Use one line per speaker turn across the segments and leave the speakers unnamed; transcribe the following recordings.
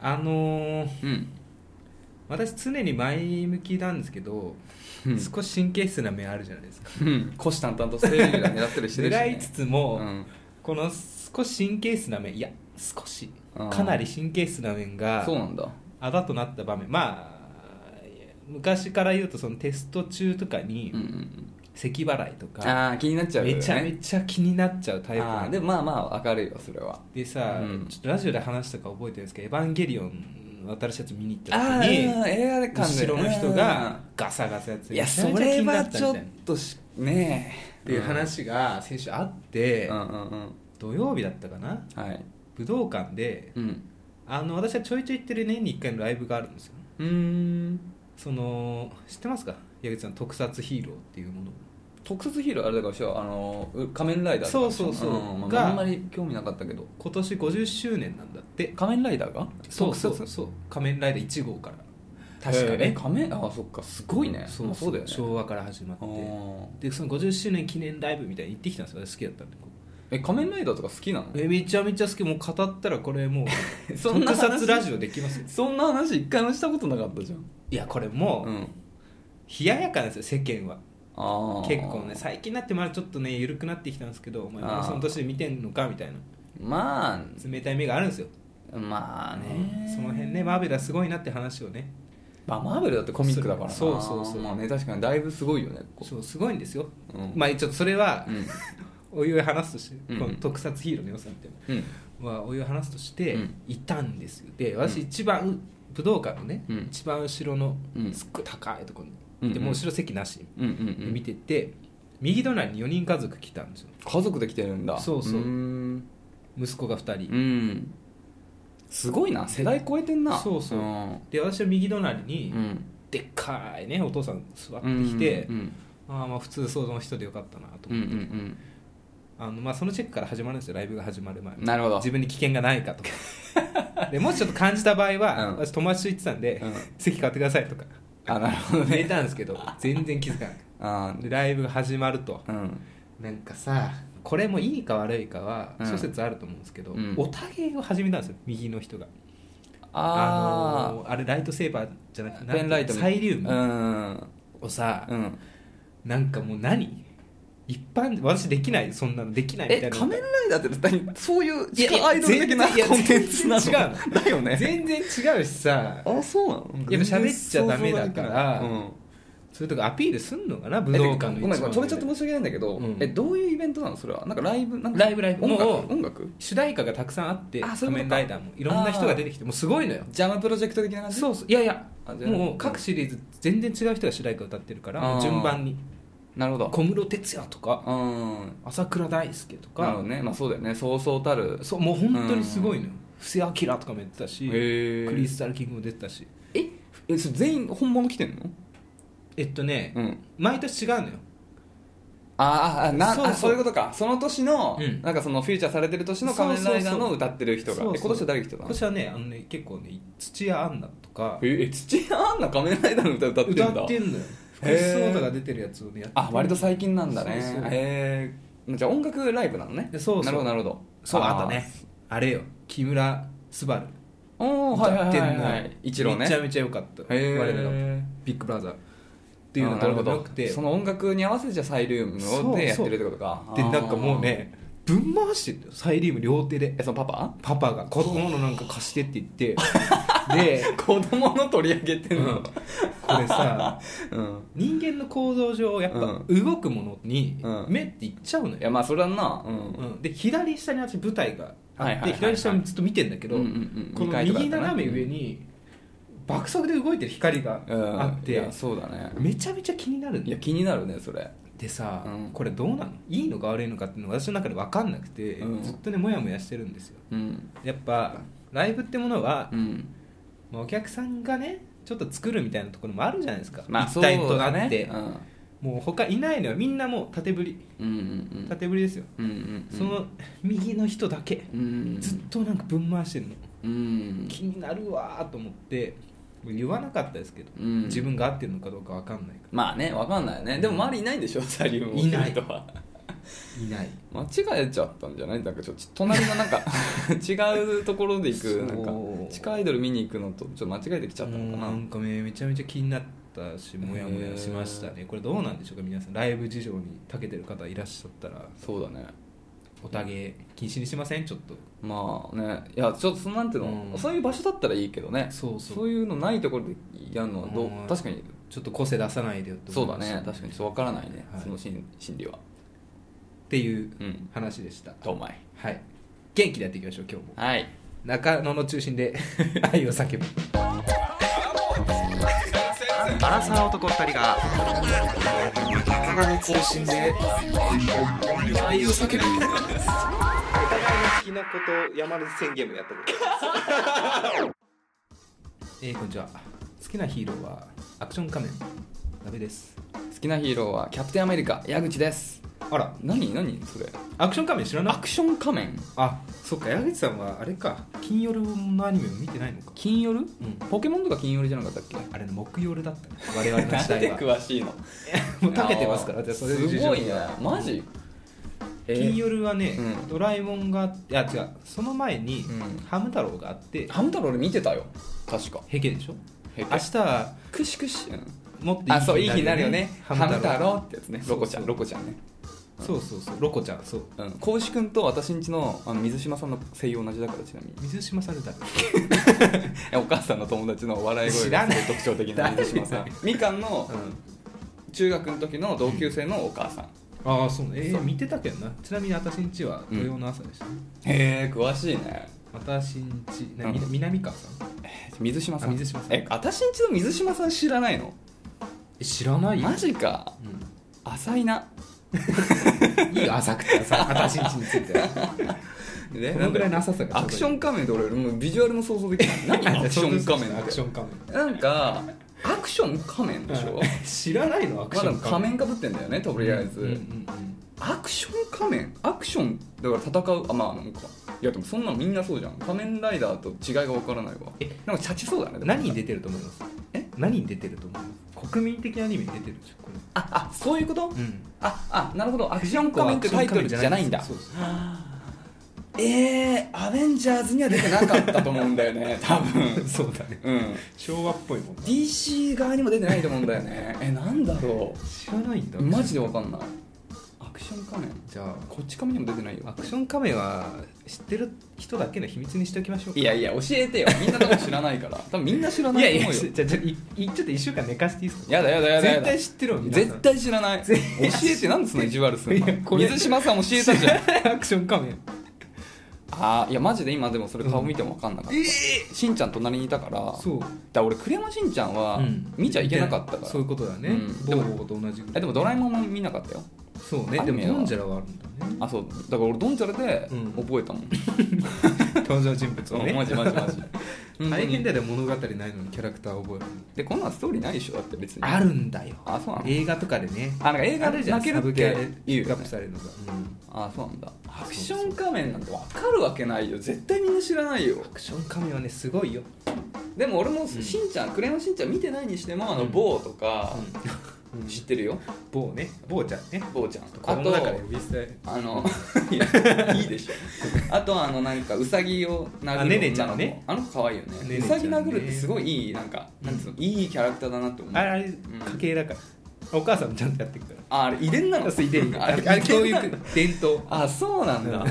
あのー
うん
私常に前向きなんですけど、
うん
少し神経質な面あるじゃないですか
うん虎視眈々と正義が狙ってるしてるし、ね、
狙いつつも、
うん
この少し神経質な面いや少し
あー
かなり神経質な面が
そうなんだ
あだとなった場面まあいや昔から言うとそのテスト中とかに
うんうんうん
咳払いとか、
ああ気になっちゃうよね
めちゃめちゃ気になっちゃうタイプ
あ
な
ー
ん
でもまあまあ明るいよそれは
でさ、
うん
ちょっとラジオで話したか覚えてるんですけど「エヴァンゲリオン」新しいやつ見に行った
ああ
時に
映画で感
後ろの人がガサガサやって
いや
めちゃ
そ
めちゃ気
れ
にな
は
た
ち
み
ょった
いな
としねえ
っていう話が先週あって、
うんうんうん
土曜日だったかな
はい
武道館で
うん
あの私はちょいちょい行ってる年に1回のライブがあるんですよ
うーんそ
その知ってますか矢口さん特撮ヒーローっていうもの
特撮ヒーローあれだからしはあのう仮面ライダーとか
そうそうそうん
まあ、
が
あんまり興味なかったけど
今年50周年なんだって
仮面ライダーが
そうそう
特撮
そう仮面ライダー1号から
確かに、
えー
仮面ああそっかすごいね
そう
そうだよね
昭和から始まっ
あ
て
ー
でその50周年記念ライブみたいに行ってきたんですよ私 好きだったんでこう
え仮面ライダーとか好きなの
えめちゃめちゃ好きもう語ったらこれもう
そんな
特
話
撮ラジオできますよ
そんな話一回もしたことなかったじゃん
いやこれもう、
ん
冷ややかなんですよ世間は
ああ
結構ね最近になってまだちょっとね緩くなってきたんですけどお前
あー
その年で見てんのかみたいな
まあ
冷たい目があるんですよ
まあね
その辺ねマーベルはすごいなって話をね
まあ、マーベルだってコミックだからな
そうそうそう
まあね確かにだいぶすごいよねここ
そうすごいんですよ、
うん
まあちょっとそれは、
うん
おいおい話すとして、
うん
この特撮ヒーローの良さみたいな
うん
まあ、お湯を話すとして、
うん
いたんですよで私
うん
一番、武道館のね、
うん
一番後ろの
うん
すっごい高いところに、
うんうん
でもう後ろ席なし、
うんうん
で
う
見
ん
てて右隣に4人家族来たんですよ
家族で来てるんだ
そうそう
ーん
息子が2人、
うんすごいな世代超えてんな
そうそうんで私は右隣
う
に、
ん
でっかいねお父さん座ってきて、
うんうん
ああまあ普通そうの人でよかったなと
うんう
思って、
ん
あのまあ、そのチェックから始まるんですよライブが始まる前
うんなるほど
自分に危険がないかとか でもしちょっと感じた場合は、
うん
私友達と行ってたんで、
うん
席買ってくださいとか
あなるほど
寝
ね
たんですけど全然気づかなくて
あー
でライブが始まると
うん
なんかさこれもいいか悪いかは
うん
諸説あると思うんですけど、
うん
おたげを始めたんですよ右の人が
あ
のーあれライトセーバーじゃなく
ーペンライトみ
サイリウ
う
ム
ん
をさ、
うん
なんかもう何一般私できないそんなのできないみたいな
え仮面ライダーって何そういう
いやいや
地下アイドル的な
全然いや
コンテンツなの
全然違う
だよね
全然違うしさ
あそうなの
やっぱ喋っちゃダメだから
うん
それとかアピールすんのかな武
え
道
で
館の
ごめんごめんそれちょっと申し訳ないんだけど、
うん
えどういうイベントなのそれはなんかライブなんか
ライブライブ
音楽
もう
音楽
主題歌がたくさんあって
あそう
仮
い
面
うことか
ライダーもいろんな人が出てきてもうすごいのよ
ジャムプロジェクト的な感じ
そうそういやいや
あじゃあ
もう各シリーズ全然違う人が主題歌歌ってるか
あ
ら
ー
順番に
なるほど
小室哲哉とか
うん
朝倉大輔と
なるほ
か
どねまあそうだよねそうそうたる
そうもう本当にすごいのよ布施明とかもやってたし
へー
クリスタルキングも出てたし
ええそれ全員本物来てんの
えっとね
うん
毎年違うのよ
あーあな
そうそ
あ
う
そういうことかその年の、
うん
なんかそのフィーチャーされてる年の仮面ライダーの歌ってる人が
そうそう
え今年は誰来てた
今
の
年はねあのね結構ね土屋アンナとか
ええ土屋アンナ仮面ライダーの歌歌ってんだ
歌ってんのよ福士蒼汰が出てるやつをねやって
あ割と最近なんだね
そうそう
へえじゃあ音楽ライブなのね
そうそう
なるほどなるほど
そう
ー
あとねあれよ木村昴
おおはい
歌っ
はい
てん
は
の
い
よ、
はい一郎ね
めちゃめちゃ良かった
へー
我らのビッグブラザーっていうの
あーなるほ
と
ど
なくて
その音楽に合わせてじゃあサイリウムでやってるってことか
で
あー
なんかもうねぶん回してんだよサイリウム両手で
えそのパパ
パ パが子供のなんか貸してって言ってで
子供の取り上げてんの
これさ
うん
人間の構造上やっぱ
う
動くものに
うん
目っていっちゃうの
いや
よ、
まあそれはなうん
うんで左下に私舞台があって、
はいはいはいはい
左下にずっと見てんだけど、
うんうんうん
こ
二
の
階とかだ
右
ったな
斜め上に爆速で動いてる光が
うん
あって、
いやそうだね
めちゃめちゃ気になるん
い
だ
や
よ
気になるねそれ
でさ、
うん
これどうなのいいのか悪いのかっていうのが私の中で分かんなくて、
うん
ずっとねモヤモヤしてるんですよ
うん
やっぱライブってものは、
うん
まあ、お客さんがねちょっと作るみたいなところもあるじゃないですか、
まあ
一
そう
体
だ
となっ
ね
て、
うん
もう他いないのはみんなもう縦振り
うんうん
縦振りですよ、
うんうんうんうん
その右の人だけ、
うん
ずっとなんかぶん回してるの、
うん
気になるわーと思って言わなかったですけど、
うん
自分が合ってるのかどうか分かんないから
まあねわかんないよねでも周りいないんでしょサリウム持ってる人は
いない
間違えちゃったんじゃないなんかちょっと隣の なんか違うところで行くなんか
そう
地下アイドル見に行くのとちょっと間違えてきちゃったのかな
うんなんかめめちゃめちゃ気になったしもやもやしましたねこれどうなんでしょうか皆さんライブ事情に長けてる方いらっしゃったら
そうだね
おたげ禁止にしませんちょっと
まあねいやちょっとそのなんていうの、
うん
そういう場所だったらいいけどね
そうそう
いうのないところでやるのはどう、
うん
確かに
ちょっと個性出さないでよって
そ
思
う
いま
だ
した
ね確かにそう分からないね、
はい
その心心理は
っていう
うん
話でした、
とお前
はい元気でやっていきましょう今日も
はい
中野の中心で 愛を叫ぶ
アラサー男2人が
好きなこと山根宣言もやったこと えー、こんにちは好きなヒーローはアクション仮面鍋です
好きなヒーローはキャプテンアメリカ矢口です
あら
何何それ
アクション仮面知らない
アクション仮面
あそっか矢口さんはあれか金曜のアニメを見てないのか
金夜
うん
ポケモンとか金夜じゃなかったっけ
あれの木曜だったね我々の
なん
時代
で
は
詳しいの
もうたけてますからじゃあそれです事情
ごいねマジ
金
夜
夜はね、
うん
ドラえもんがあっていや違うその前に、
うん
ハム太郎があって
ハム太郎俺見てたよ確か
平家でしょ
へ
明日は
くしくし、うん
もっと
あそういい日になるよねハム太郎ってやつね
そうそ
ロ
う
コちゃんロコちゃんね
そうそうそうロコちゃんそう
うん浩志君と私んちのあの水島さんの声優同じだからちなみに
水島さんで誰
え お母さんの友達の笑い声
知
が
ら
す
な
ご
い
い特徴的な水島 さんみかんの中学の時の同級生のお母さん
ああそうね、えー
そう
見てたけどなちなみに私んちは土曜の朝でした、ね
へえ詳しいね
私んちなみ
うん
南川さん
水島さん
あ水島さん
え私んちの水島さん知らないの
え知らないよ
マジか浅いな
うんいいよ浅く て浅い私んちについては
で
このぐらいの浅さがちょうどいい
アクション仮面で俺もうビジュアルも想像できない 何アクション仮面
アクシ
っ
ョン仮面
てなんかアクション仮面でしょ
うん 知らないのアク
ま
シ
だ
ョン
仮面かぶってんだよねとりあえず、
うんうんうん
アクション仮面アクションだから戦うあまあなんかいやでもそんなのみんなそうじゃん仮面ライダーと違いが分からないわ
え
なんかシャチそうだ
う
ねで
ん
も
何に出てると思います
え
何に出てると思います国民的アニメに出てるでしょこれ
ああそういうこと、
うん
ああなるほどアクション仮面ってタイトルじゃないんだ
そうそう
えー、アベンジャーズには出てなかったと思うんだよね 多分
そうだね
うん
昭和っぽいもんな
DC 側にも出てないと思うんだよねえなんだろ
知らないんだ
うマジで分かんないアクション仮面
じゃあ
こっち仮面にも出てないよ
アクションカメは知ってる人だけの秘密にしておきましょうか
いやいや教えてよ みんな多分知らないから多分みんな知らないい
やい
と思う
や
よ
じゃあじゃあい いちょっと1週間寝かしていいですか
やだやだやだや
絶
だ
対知ってるわ皆さん
絶対知らない教
絶対
えてなんでその意地悪すん
いや
の
これ
水島さん教えたじゃ ん
アクションカメ
あーいやマジで今でもそれ顔見ても分かんなかった、しんちゃん隣にいたからだか
そう
ら俺クレヨンしんちゃんは
うん
見ちゃいけなかったから、
そういうことだね
うん
ボーボーと同じぐら
え
い
でもドラえもんも見なかったよ
そうね
ア
で
ニ
も
メは
ドンジャラはあるんだね
あそうだから俺ドンジャラで
うん
覚えたもん、
登場人物を
うんマ
ね
ジマジ マジ本当
大
に
変だよね物語ないのにキャラクター覚えるの
でこんなんストーリーないでしょだって別に
あるんだよ
あそうなの
映画とかでね
あなんか映画
ある
で
じゃん
泣ける
サ
っ
ブキャラ
て
で
言
ピ
う
ックアッ
よね
プされるのがうん
あそうなんだア
そう
クション仮面なんて分かるわけないよ絶対みんな知らないよ
アクションカメはねすごいよ
でも俺もしんちゃん、クレヨンしんちゃん見てないにしてもあの
うん
ボーとか
うん
知ってるよ
某ね某ちゃんね
ボーちゃん
子
あ
供
と
だから呼び捨て
あのいやいいでしょあとあのなんかウサギを殴
あ
る
ねねちゃん
女の子
ね
あの子可愛いよね
ねね
ウ
ちゃんね
サギ殴るってすごいいいなんかなんつうのいいキャラクターだなって思う
あれあれ
ん
家系だから、お母さんもちゃんとやってくから
ああれ遺伝なの
そう遺伝
あれ
あれ教
遺伝な
育
の
伝統
あそうなんだ
うん
へ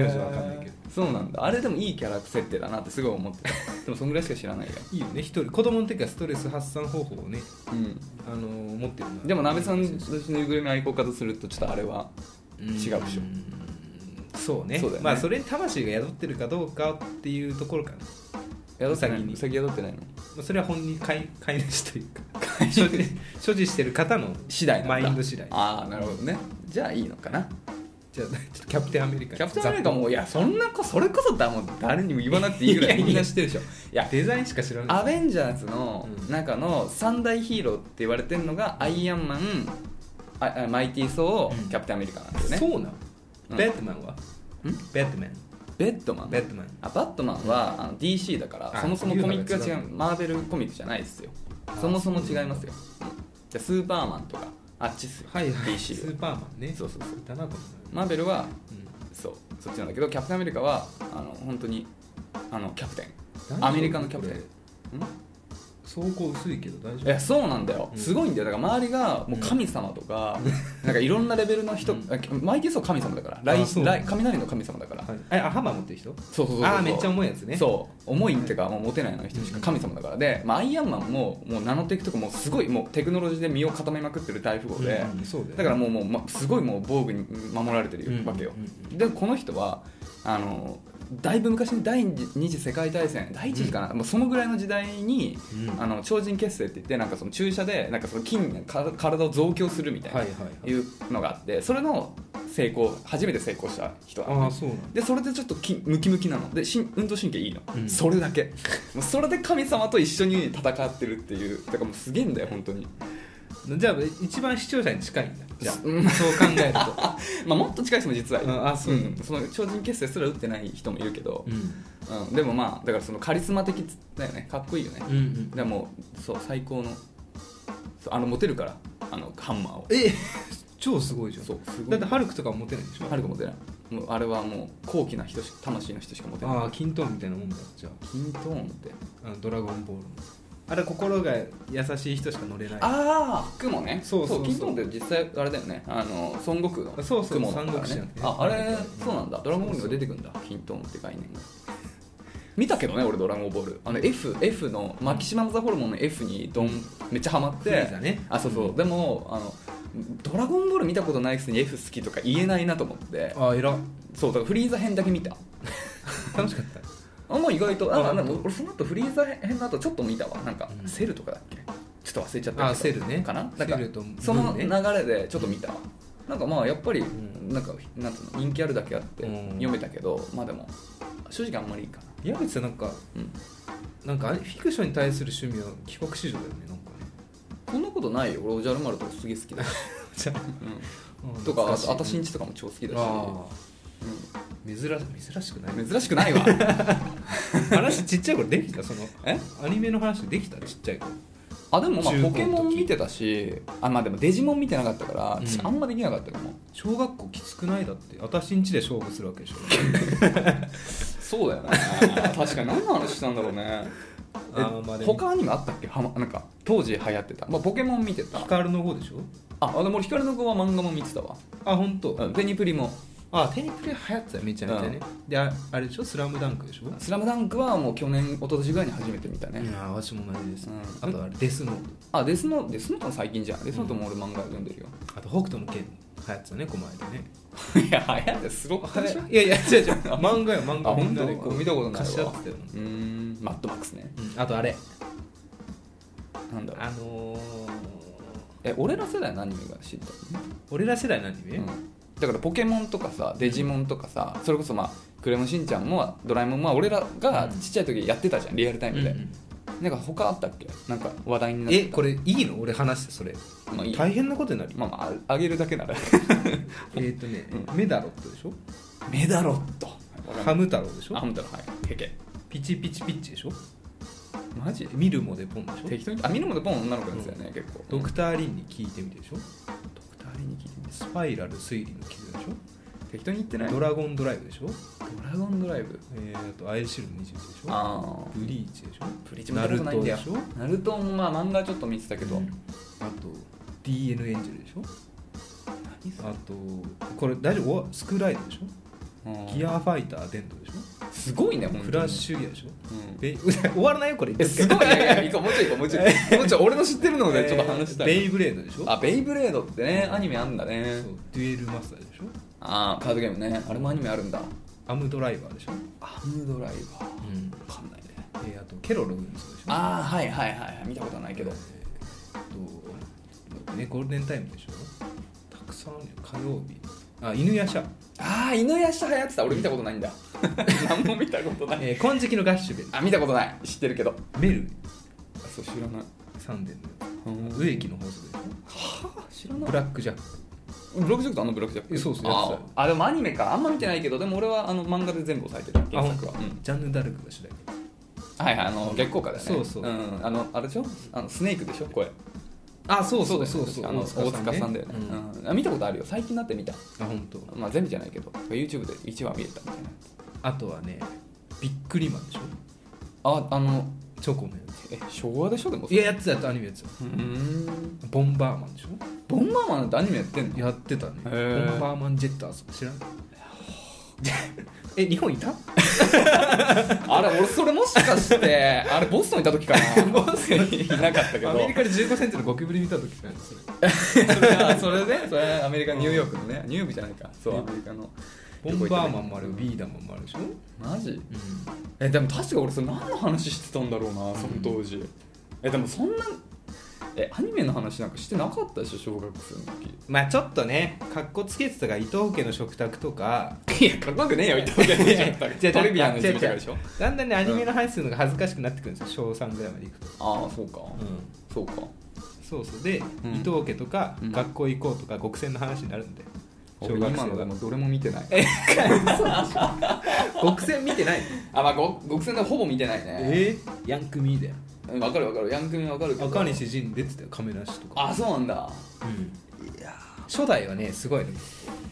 ー
名字わかんないけど
そうなんだあれでもいいキャラク設定だなってすごい思ってたでもそんぐらいしか知らないよ、
いいよね一人子供の時はストレス発散方法をね、
うん、
あのー持ってるのは
でもなべさん私のゆぐるみ愛好家とするとちょっとあれは
うん
違うでしょ
そうね
そうだよね
まあそれに魂が宿ってるかどうかっていうところかな、ま
宿ってない
ウサギに
のウサギ宿ってないの
あ、それは本人飼い飼い主というか所持所持してる方の
次第なんだ
マインド次第
ああなるほどねじゃあいいのかな
じゃあちょっとキャプテンアメリカ
キャプテンアメリカもいやそんなこそれこそだもう誰にも言わなくていいぐらい
いやいや
みんな知ってるでしょいや
デザインしか知らない
アベンジャーズの中の三大ヒーローって言われてるのがアイアンマンああマイティー・ソ
うん
ーキャプテンアメリカなんだよね
そうなの、
うん
ベッドマンはベッドマン
ベッドマン
ベッドマン
あバットマンはあの DC だから
あ
そもそもコミックが
そうい
違
う
う
のが違う
マーベルコミックじゃないですよ
あ
そもそも違いますよ、うんじゃあスーパーマンとかあっちっすよ
はいはい
DC
スーパーマンね
そうそうそう
いたなと思っ
マーベルは
たうん
そうそっちなんだけどキャプテンアメリカはあの本当にあのキャプテ
大
ン
丈夫
アメリカのキャプテン
こ
ん
れ走行薄いけど大
い
丈
やそうなんだよ、
うん
すごいんだよだから周りがもう神様と か、なんかいろんなレベルの人、
うん
あマイティーソー神様だから雷
そう
雷雷の神様だから、
夫はいえあハンマー持ってる人
そうそうそうそう
ああめっちゃ重いやつね
そう重いっていうかもう持てないような人しか神様だからで、まあ、アイアンマンももうナノテクとかもうすごいもうテクノロジーで身を固めまくってる大富豪で、
うんそうだよね
だからもうもう、ま、すごいもう防具に守られてるわけよ、
うんうんうん
でこの人はあのだいぶ昔に第二次世界大戦第一次かな、もうそのぐらいの時代に、
うん
あの超人血清って言ってなんかその注射でなんかその筋か体を増強するみたいな、
はい
い
はいはいう
のがあってそれの成功初めて成功した人なのね
ああそうなんだ
でそれでちょっときムキムキなのでしん運動神経いいの、
うん
それだけもうそれで神様と一緒に戦ってるっていうだからもうすげえんだよ本当に
じゃあ一番視聴者に近いんだじゃあそううん考えると
まあもっと近い人も実はいる
ああそう
うんその超人結成すら打ってない人もいるけど
う、ん
うんでもまあだからそのカリスマ的だよねかっこいいよね、
うんうん
でもうそう最高のそうあのモテるからあのハンマーを
え超すごいじゃん
そうすごい
だってハルクとか持てないでしょ
はるかモテないもうあれはもう高貴な人し魂の人しかモテない
ああキントーンみたいなもんだじゃ
キントーンって
ああのドラゴンボールのあれ心が優しい人しか乗れない
ああ雲ね
そうそうそう
キントーンって実際あれだよねあの孫悟空の
あそうそう
雲だから
三国志じゃ
ね
なくて
ああれ
うん
そうなんだドラゴンボールにも出てくんだキントーンって概念が見たけどね俺ドラゴンボールあの F, F のマキシマム・ザ・ホルモンの F にドンめっちゃハマっ
フリ
て
ーザね
あそうそうでもあのドラゴンボール見たことないくせに F 好きとか言えないなと思って
ああ偉っ
そうだからフリーザ編だけ見た
楽しかった
あもう意外とあ
あ
なんか俺その後フリーザ編の後ちょっと見たわなんか
うん
セルとかだっけちょっと忘れちゃったけど
あセルね
かなな
セ
んか
ルとブーね
その流れでちょっと見たわなんかまあやっぱり
ん
なんかなんつうの人気あるだけあって
うん
読めたけどまあでも正直あんまりいいかな
矢口さんなんか
うん
なんかあれフィクションに対する趣味は帰国子女だよねなんかね
こんなことないよ俺おじゃる丸とかすげえ好き だし、
じゃ
うん、
あ
とかあとあたし
新
んちとかも超好きだし、
ああ
う
珍し珍しくない
ん、珍しくないわ
話ちっちゃい頃できたその
え
アニメの話できたちっちゃい頃
あでもまあ
中高の時
ポケモン見てたしあまあでもデジモン見てなかったから、私あんまできなかったかも
小学校きつくないだって私ん家で勝負するわけでしょ
そうだ よね確かに何の話したんだろうねえ
あーまあでも
他にもあったっけはまなんか当時流行ってた、まあ、ポケモン見てた
光の方でしょ
あでも俺光の子は漫画も見てたわ
あ本当。
うんでニプリも
あテニプレ流行ってたよめちゃめちゃね、でああれでしょ「スラムダンクでしょ
「スラムダンクはもう去年一昨年ぐらいに初めて見たね、
いや私も同じです、
うん
あとあれデスノート
あデスノデスノートも最近じゃんデスノートも俺漫画読んでるよ、
あと北斗の拳流行ってたねこの間ね
いや流行ってすごく
あれでし
早い
ょ
う
いやいや違う違う漫画よ漫画
あ
みんなで
本当
こう
見たことないわ
貸し合ってたよ、
ーんマッドマックスね
うんあとあれ
なんだろう
あのー、
え俺ら世代のアニメが知ったの
俺ら世代のアニメ、
うんだからポケモンとかさデジモンとかさそれこそまあクレヨンしんちゃんもドラえもんも俺らがちっちゃい時やってたじゃんリアルタイムで、
うん
なんか他あったっけなんか話題になっ
え
て
これいいの俺話してそれ
まあいい
大変なことになるよ
まあまあああげるだけなら
えーっとねメダロットでしょ
メダロット
ハム太郎でし
あハ
ょ
ム太郎はいへけ
ピチピチピッチでしょ
マジ
ミルモでポンでしょ
適当にあミノモでポン女の子ですよね、結構
ドクター・リンに聞いてみてでしょ
ドクターあれに聞いてみて
スパイラル推理の傷でし
適当に言ってない
ょド
ドラ
ラゴンドライブでしょ
ゴンドライブ
えー、あとアイシールド21でしょ
ああ
ブリーチでしょ
プリチも見たことないんだよ
ナルトでし
ナルトもまあ漫画ちょっと見てたけど、
うんあと DN エンジェルでしょ
何それ
あとこれ大丈夫おスクライドでしょ
うん
ギアファイターデントでし
すごいね本当
ょ
に
クラッシュギアでしょ
うん
ベイ 終わらないよこれ
えすごいね。いいかもうちょい行こうもうちょい行こう。もうちょい俺の知ってるのでちょっと話した
ベ
い。
イブレードでしょ
あベイブレードってねアニメあんだね
そ。うデュエルマスターでしょ
あーカードゲームねあれもアニメあるんだ。
アムドライバーでしょ、
アムドライバー。
うん
わかんないね。
えーあとケロロ軍曹でしょ
ああはいはいはいはい見たことないけど
え。ーっとねゴールデンタイムでしょたくさんあるよ火曜日あ犬やしゃ、
ああ犬やし流行ってた俺見たことないんだ。 何も見たことない。
えー、金色のガッシュベル
あ見たことない知ってるけど。
メル
あそう知らない。
三点の
うん
植木の法則でし
はあ知ら
ょ
な
ブ
い。
ラックジャック
ブロックジャックとあのブロックジャック。
えそうそうやってた
あ
よ
ーあでもアニメかあんま見てないけどでも俺はあの漫画で全部押さえてる原作は。うん
ジャンヌ・ダルクが主題歌
はいはいあの月光下だよね、
そうそうん
あのあれでしょあのスネークでしょ声
あそうそう
だよ
そ
ね
うそう
あの大塚さんだよね、うんあ見たことあるよ最近だって見た、
あ本当。
まあ、全部じゃないけど YouTube で1話見れたみたいな
あとはねビックリマンでしょ
ああの
チョコメ
え昭和でしょでも
ンいややってたやつアニメやつ
うーん
ボンバーマンでしょ
ボンバーマンってアニメやってんの
やってたねボン
へー
バーマンジェッターズ知らん え日本いた
あれ俺それもしかしてあれボストンいた時かな ボストンいなかったけど
アメリカで15センチのゴキブリ見た時じゃないですか
あそれねそれアメリカニューヨークのねニューヨークじゃないかそうアメリカの
ボンバーマンもあるよビーダーマンもあるでしょ、
マジえでも確か俺それ何の話してたんだろうなその当時、えでもそんなえアニメの話なんかしてなかったでしょ小学生の
まあちょっとねかっこつけてたが伊藤家の食卓とか
時いやかっこよくねえよ言ったこと
いや
ね
いや
えよトリビアの話とかでしょ
だんだんねアニメの話するのが恥ずかしくなってくるんですよ小3ぐらいまでいくと、
ああそうか、
うん、
そうか
そうそうで、
うん
伊藤家とか、
うん
学校行こうとか極戦の話になるんで小
俺
学
今
生
ので
は
もどれも見てない
極戦見てない
あまあご極戦でもほぼ見てないね
えー、ヤンクミーだよ
うんわかるわかるヤンクミわかるけど
赤西仁出てたよ亀梨とか
あそうなんだ
うんいやー初代はねすごいの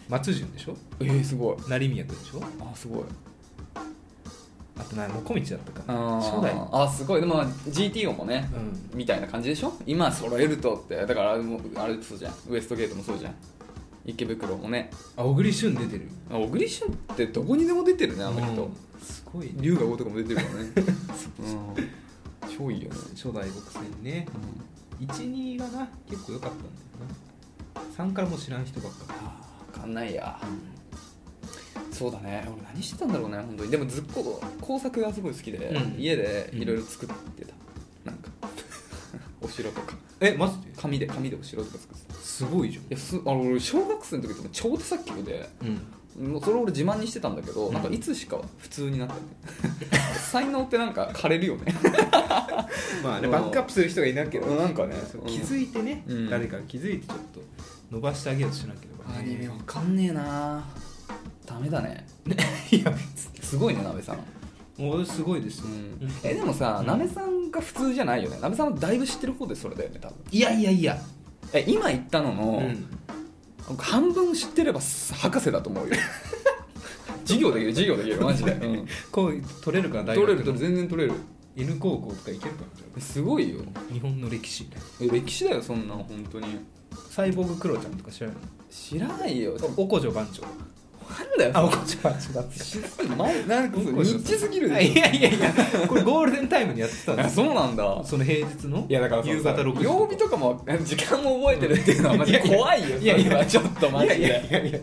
松潤でしょ
えー、すごい
成宮君でしょ
あすごい
あとなもこみちだったかな
あ
初代
ーあすごいでもまあ GTO もね、
うん
みたいな感じでしょ今揃えるとってだからあれもあれそうじゃんウエストゲートもそうじゃん池袋もね
あ小栗旬出てる
あ小栗旬ってどこにでも出てるねあの人、
うんすごいね
龍河如とかも出てる からね、うん、超いいよね、
初代極戦ね12がな結構良かったんだよな3からもう知らん人ばっか
分かんないや、そうだね俺何してたんだろうね本当にでもずっこ工作がすごい好きで、
うん
家でいろいろ作ってた、なんか お城とか
えマジで
紙で紙でお城とか作ってたい
すごいじ
やすあの俺小学生の時とか超手作業で
ゃんうん
もうそれ俺自慢にしてたんだけど、
うん
なんかいつしか普通になったね才能ってなんか枯れるよね
まあね
うん
バックアップする人がいなければ
うんなんかね
そう
うん
気づいてね
うん
誰かが気づいてちょっと伸ばしてあげようとしなければ
アニメ
ね
わかんねえなダメだね
いや別
すごいねなべさん、
にもうすごいです
う
ね
ん、えでもさなべさんが普通じゃないよねなべさんはだいぶ知ってる方でそれだよね多分
いやいやいや
え今言ったのの、僕半分知ってれば博士だと思 うよ授業できる授業できるマジで、うん、
こう取れるかな大
取れ
学
る取れる
の
全然取れる
N 高校とか行けるかなじゃ
すごいよ
あ日本の歴史
え歴史だよそんなの本当に
サイボーグクロちゃんとか知らない
知らないよ
おおこじょ番長
なんだよ
あおこじょ番長だった
前なんかニッチすぎる
いやいやいやこれゴールデンタイムにやってたんで
あ
すよ
そうなんだ
その平日の
いやだから
夕方6時
曜日とかも時間も覚えてるっていうのはマジ怖いよ
いやいや
それはちょっとマジで
いやいやいや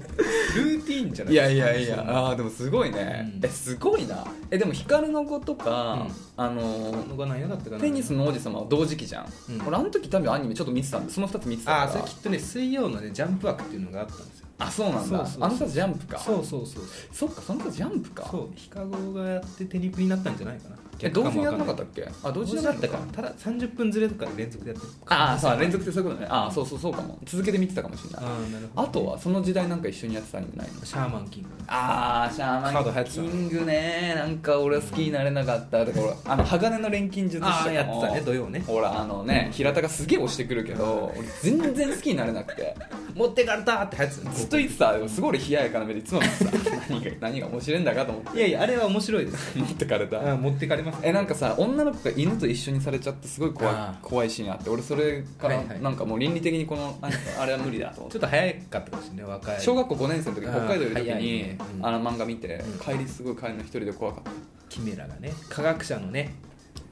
ルーティーンじゃない
いやいやいやああーでもすごいね、
うん
えすごいなえでも光の子とか、
うん
あのー
のが何やだったかな
テニスの王子様は同時期じゃん、
うん
俺あの時多分アニメちょっと見てたんでその2つ見てたから
ああそれきっとね水曜のねジャンプ枠っていうのがあったんですよ
あそうなんだ
そうそうそう
あの2つジャンプか
そうそうそう
そっかその2つジャンプか
そうヒカゴがやって手にプリになったんじゃないかな
え同時にやらなかったっけあ同
同
時
時
に
に
や
や
ら
っ
な
たか
かった
らただ30分ずれとかで連続でやってる
ああそう連続ってそういうことねああそうそうそうかも続けて見てたかもしれない
ああなるほど
あとはその時代なんか一緒にやってたアニメないの
シャーマンキング
あーシャ
カー
ー
ド流
マ
行
ン
ってた
キ
ね
ングねなんか俺は好きになれなかっただから俺あの鋼の錬金術師と
あ
か
あ
も
やってたね土曜ね
ほらあのね平田がすげえ押してくるけど俺全然好きになれなくて
持ってかれたってやつ
ずっと言ってたでもすごい俺冷ややかな目でいつも見てた何が何が面白いんだかと思って
いやいやあれは面白いです
持ってかれ た
あ持ってかれます
えなんかさ女の子が犬と一緒にされちゃってすごい怖い
あー
怖いシーンあって俺それから
はいはい
なんかもう倫理的にこのああれは無理だと思って
ちょっと早かったかもしれない若い
小学校5年生の時
あ
北
ー
海道いる時
早い
に
ねうん
あの漫画見て
うん
帰りすごい帰るの一人で怖かった
キメラがね科学者のね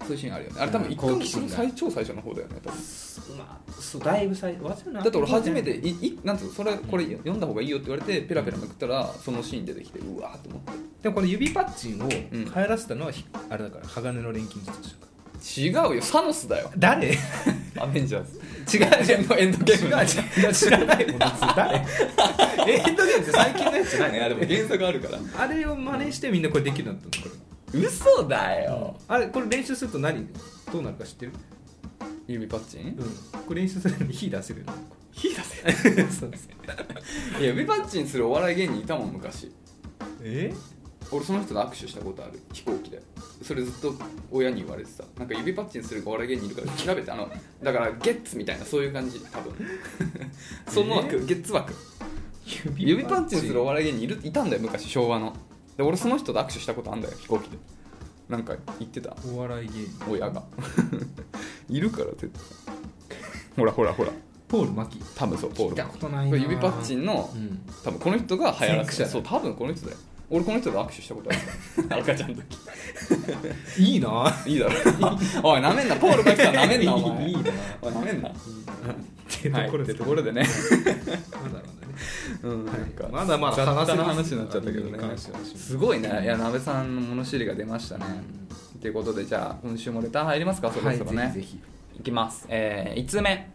そういうシーンあるよねあれ多分一回
うん
も
好奇心が
最超最初の方だよね多分
まあそうだいぶ最わ
だって俺初めていいなんていうのそれこれ読んだ方がいいよって言われてペラペラめくったらそのシーン出てきてうわーって思って
でもこの指パッチンを
ん
流行らせたのはひ、あれだから鋼の錬金術師だから
違うよサノス だよ
誰違
アベンジャー
う
ズ
じゃん
エンドエンドゲーム の
違う知らないもん別に誰エンドゲームって最近のやつじゃない
いやでも原作あるから
あれを真似してみんなこれできるようになったのこ
嘘だ
れ、
よ
あれこれ練習すると何どうなるか知ってる
指パッチン
うんこれ練習するのに火出せるの
火出 せ
そうです
いや指パッチンするお笑い芸人いたもん昔
え
俺その人と握手したことある飛行機でそれずっと親に言われてたなんか指パッチンするお笑い芸人いるから調べてあのだからゲッツみたいなそういう感じ 多分その枠、ゲッツ枠指パッチンするお笑い芸人いるいたんだよ昔昭和ので俺その人と握手したことあんだよ飛行機でなんか言ってた
お笑い芸人
親が いるから絶対ほらほらほら
ポール・マキ
多分そうポール
聞いたことない
こ
な
れ指パッチンの
うん
多分この人が流行らせ
先駆者
た
だ
そう多分この人だよ俺この人と握手したこと ある赤ちゃんの時
いいない
い だろおいなめんなポール・マキさんなめんなお前
いいな
おいなめんな
って
はいってところでね
まだまだね
うんなんか
まだまだ話せ
雑多な
ます
話になっちゃっ
ア
たけど
ニメに
ね
関しては
すごいねいやなべさんの物知りが出ましたねということでじゃあ今週もレター入りますかそろそろね、
はいぜひぜひ
いきます、え1通目、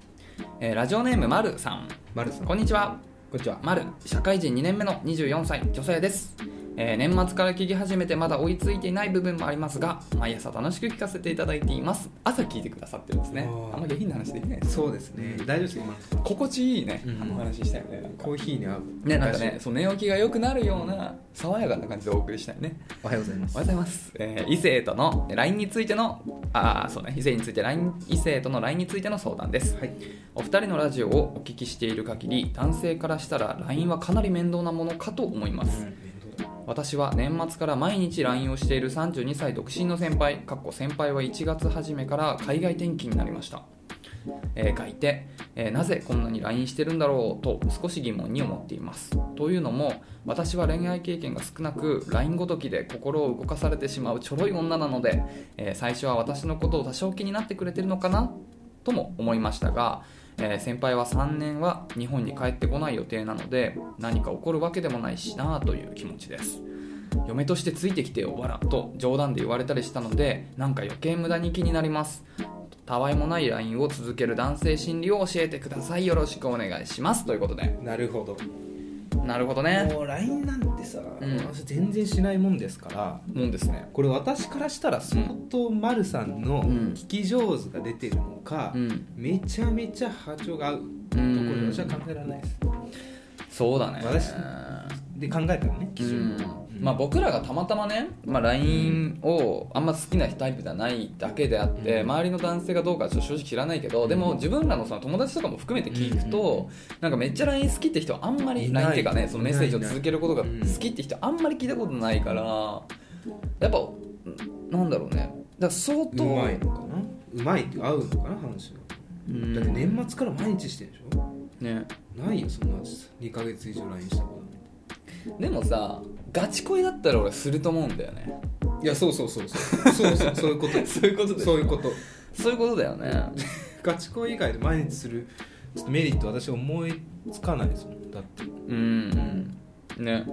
えーラジオネームまるさん
まるさん
こんにちは
こんにちは
まる社会人2年目の24歳女性です、えー年末から聞き始めてまだ追いついていない部分もありますが毎朝楽しく聞かせていただいています朝聞いてくださってるんですね
あー
あんま下品な話できないです
そうですね大丈夫です今
心地いいね、
うん
あの話したよねなんか
コーヒーに合う
ねなんかねそう寝起きが良くなるような爽やかな感じでお送りしたいね
おはようございま
おはようございます、えー異性との LINE についてのあーそうね異性について LINE 異性との LINE についての相談です、
はい
お二人のラジオをお聞きしている限り男性からしたら LINE はかなり面倒なものかと思います、私は年末から毎日 LINE をしている32歳独身の先輩かっこ先輩は1月初めから海外転勤になりました、えー書いて、えーなぜこんなに LINE してるんだろうと少し疑問に思っていますというのも私は恋愛経験が少なく LINE ごときで心を動かされてしまうちょろい女なので、えー最初は私のことを多少気になってくれてるのかなとも思いましたが、えー先輩は3年は日本に帰ってこない予定なので何か起こるわけでもないしなあという気持ちです嫁としてついてきてよわらと冗談で言われたりしたのでなんか余計無駄に気になりますたわいもない LINE を続ける男性心理を教えてくださいよろしくお願いしますということで
なるほど
なるほどね
もう LINE なんてさ
うん
私全然しないもんですから
もんですね
これ私からしたら相当まるさんの
うん
聞き上手が出てるのか
うん
めちゃめちゃ波長が合うところで私は考えられないです
そうだね
私で考えたらね基準
うんまあ、僕らがたまたまね、まあ、LINE をあんま好きなタイプではないだけであって、
うん
周りの男性がどうかはちょっと正直知らないけどでも自分らのその友達とかも含めて聞くと、なんかめっちゃ LINE 好きって人はあんまり
いない
LINE っていうかねそのメッセージを
いないいない
続けることが
うん
好きって人あんまり聞いたことないからやっぱなんだろうねだから相
う
当
まいのかなうまいって合うのかな話が
うん
だって年末から毎日してるでしょ
ね
ないよそんな2ヶ月以上 LINE したこ
でもさガチ恋だったら俺すると思うんだよね
といやそうそうそうそうそうそう そういうこと
そういうことだよ
そういうこと
そういうことだよね
ガチ恋以外で毎日するちょっとメリット私思いつかないですもんだって
うんうんね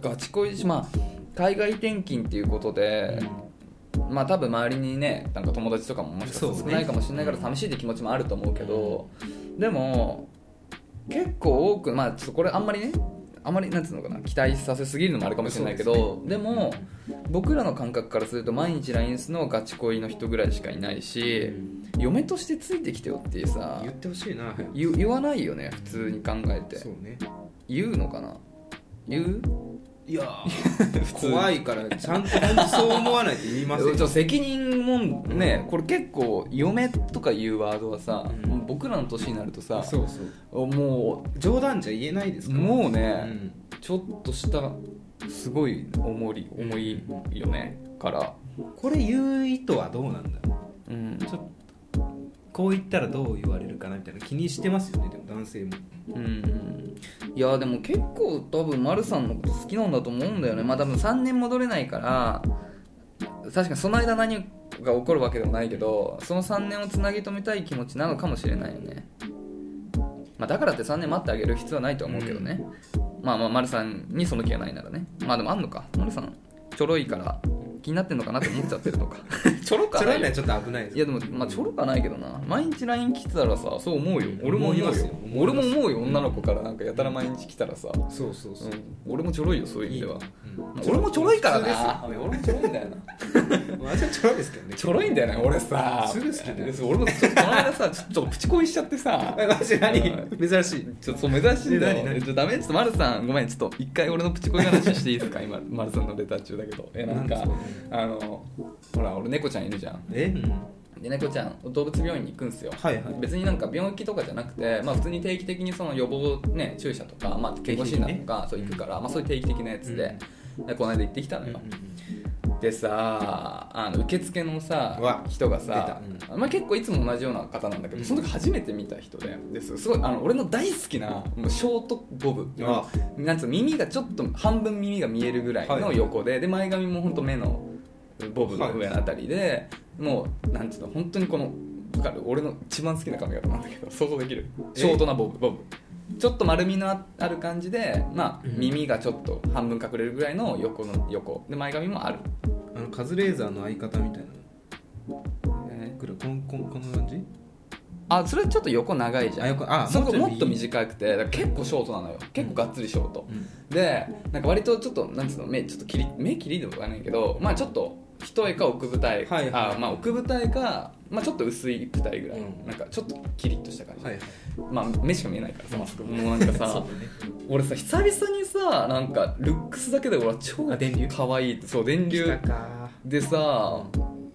ガチ恋しまあ海外転勤っていうことで、まあ多分周りにねなんか友達とかももしかしたら
そう
少
ね
ないかもしれないから寂しいって気持ちもあると思うけど、でも結構多くまあちょっとこれあんまりねあんまりなんつうのかな期待させすぎるのもあるかもしれないけどで,、も僕らの感覚からすると毎日 LINE するのはガチ恋の人ぐらいしかいないし、嫁としてついてきてよっていうさ
言ってほしいな早く
言言わないよね普通に考えて
そうね
言うのかな言う
いや ー怖いからちゃんと本当そう思わないと言いません
ちょ
よ
責任もね、これ結構嫁とかいうワードはさ、
うん
僕らの年になるとさ
そうそう
も
冗談じゃ言えないです
う
から
もう
う
ね、
ん
ちょっとしたすごい重り重いよねから、
これ言う意図はどうなんだろう
うん
ちょっとこう言ったらどう言われるかなみたいな気にしてますよねでも男性も
うん、いやでも結構多分丸さんのこと好きなんだと思うんだよねまあ多分3年戻れないから確かにその間何が起こるわけでもないけどその3年をつなぎ止めたい気持ちなのかもしれないよね、まあ、だからって3年待ってあげる必要はないとは思うけどね、まあまあ丸さんにその気がないならねまあでもあんのか丸さんちょろいから気になってんのかなって思っちゃってるとか ちょろか
そ
な
れ
い
はねちょっと危ないです
いやでも、まあ、ちょろかないけどな毎日 LINE 来てたらさそう思うよ俺も思うよ
思いますよ
俺も思うよ女の子からなんかやたら毎日来たらさ、
そうそうそう、
うん、俺もちょろいよそういう意味では
うん
俺もちょろいから
普通ですよ
な俺もちょろいんだよな
私はちょろいですけどね
ちょろいんだよね俺さ
普通ですけどね
そう俺もちょっとこの間さちょっとプチ恋しちゃってさ
えマジ何珍しい
ちょっとそう目指しいんだよ
え何何
えちょっとダメちょっと丸さんごめんちょっと一回俺のプチ恋話していいですか今丸さんのレター中だけどえなんか
何で
あのほら俺猫ちゃんいるじゃん
え、うん、
で猫ちゃん動物病院に行くんすよ
はいはい
別になんか病気とかじゃなくて、まあ、普通に定期的にその予防、ね、注射とか、まあ、健康診断とか、
定期的にね
そう行くから、まあ、そういう定期的なやつで,、でこの間行ってきたのよ、でさあの受付のさ
うわ
人がさ、
出た
まあ、結構いつも同じような方なんだけど、
うん
その時初めて見た人でですすごいあの俺の大好きなもうショートボブ
あ
なんつうの耳がちょっと半分耳が見えるぐらいの横で,、で前髪も本当目のボブの上のあたりで、もうなんつうの本当にこのわかる俺の一番好きな髪型なんだけど想像できる
え
ショートなボブボブちょっと丸みのあある感じで、まあ、
うん
耳がちょっと半分隠れるぐらいの横の横で前髪もある、
あのカズレーザーの相方みたいな
え
これこんこんこんな感じ
あそれちょっと横長いじゃ
あ
ん
横あ
そこ
もうちょ
も
い
っと短くてだから結構ショートなのよ結構がっつりショート、でなんか割とちょっとなんつうの目ちょっと切り目切りでもないけどまあちょっと一重か奥二重、
はい
あまあ奥二重か、まあ、ちょっと薄い二重ぐらい、
うん
なんかちょっとキリッとした感じ、
はいはい
まあ目しか見えないからさ、もうなんか さ俺さ久々にさなんかルックスだけで俺は超
あ電流
可愛いってそう電流
か
でさ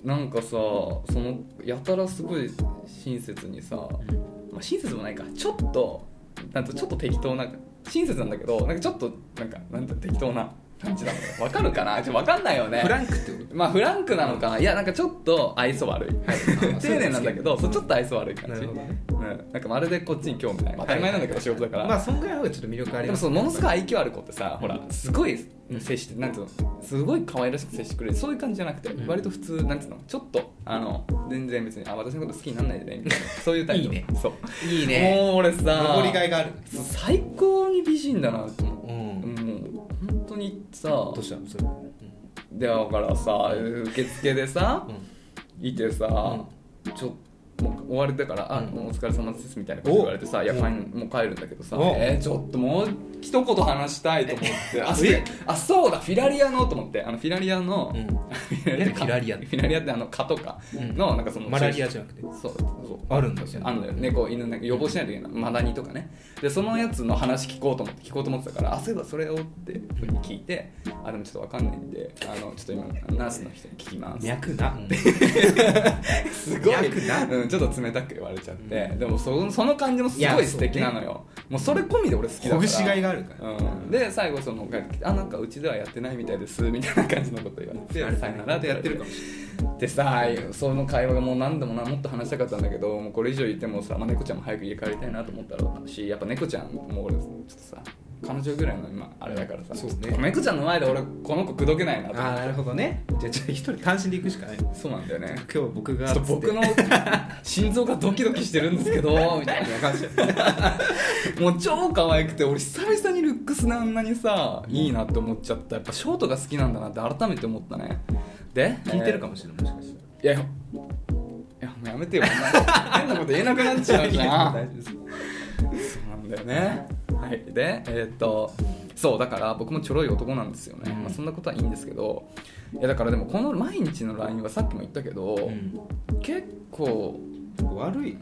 なんかさそのやたらすごい親切にさ、まあ、親切でもないかちょっとなんとちょっと適当な親切なんだけどなんかちょっとなんかなんて適当な感じなのよわかるかなちょわかんないよね
フランクってこと
まあフランクなのかないやなんかちょっと愛想悪い丁寧なんだけどそうちょっと愛想悪い感
な
じ、
るほどね
うん、なんかまるでこっちに興味ない当たり前なんだけど仕事だから、
まあそんぐらいの方がちょっと魅力あり
で
ま
も
す
そのものすごい愛嬌ある子ってさほらすごい接してなんつうのすごい可愛らしく接してくれるそういう感じじゃなくて
うん
割と普通なんつうのちょっとあの全然別にあ私のこと好きになんないでねみ たいなそういうタイプ
いいね
そう
いい
もう俺さ
登りがいがある
そう最高に美人だなと思っ
う
て
ん
もう本当にさ
どうしたのそれ
でだからさ受付でさ
う
いてさ、ちょもう終われてから「あ、
うん
もうお疲れ様です」みたいなこと言われてさ「
お
いや
う
フ
ん
ァインもう帰るんだけどさ
お
えーちょっともう一言話したい」と思って「あそう
え
あそうだフィラリアの」と思ってあのフィラリアの、
ん
フィ
何フィラリア
フィラリアってあの蚊とか
うん
の、なんかその
マラリアじゃなくて
そうそう
あるんだ
あんだよ猫犬なんか予防しないといけないマダニとかねでそのやつの話聞こうと思って聞こうと思ってたからあそういえばそれをってふうに聞いてあでもちょっとわかんないんであのちょっと今ナースの人に聞きます
脈な
すごい
脈な
うん、ちょっと冷たく言われちゃって、でもそその感じもす
いや
ごい素敵なのよもうそれ込みで俺好きだから
拳がいがあるから
うん、で最後その帰ってきて「あなんかうちではやってないみたいです」みたいな感じのこと言われて「さよなら」ってやってるかもしれないでさその会話がもう何度もなもっと話したかったんだけどもうこれ以上言ってもさ、まあ、猫ちゃんも早く家帰りたいなと思ったろうしやっぱ猫ちゃんもう俺ちょっとさ彼女ぐらいの今あれだからさ、
そうね
ちょっと猫ちゃんの前で俺この子口説けないなと
あ
思
あ
っ
なるほどねじゃあちょっと一人単身で行くしかない
てそうなんだよね
今日僕が
ちょっと僕の心臓がドキドキしてるんです けどみたいな感じでもう超可愛くて俺久々にルックスなあんなにさいいなって思っちゃったやっぱショートが好きなんだなって改めて思ったねで
聞いてるかもしれないもしかしたら
えーいやいやもうやめてよお前変なこと言えなくなっちゃうじゃん
大丈夫です
そうなんだよねはいでえーっとそうだから僕もちょろい男なんですよね、
うん
まあ、そんなことはいいんですけどいやだからでもこの毎日の LINE はさっきも言ったけど、結構
悪い
い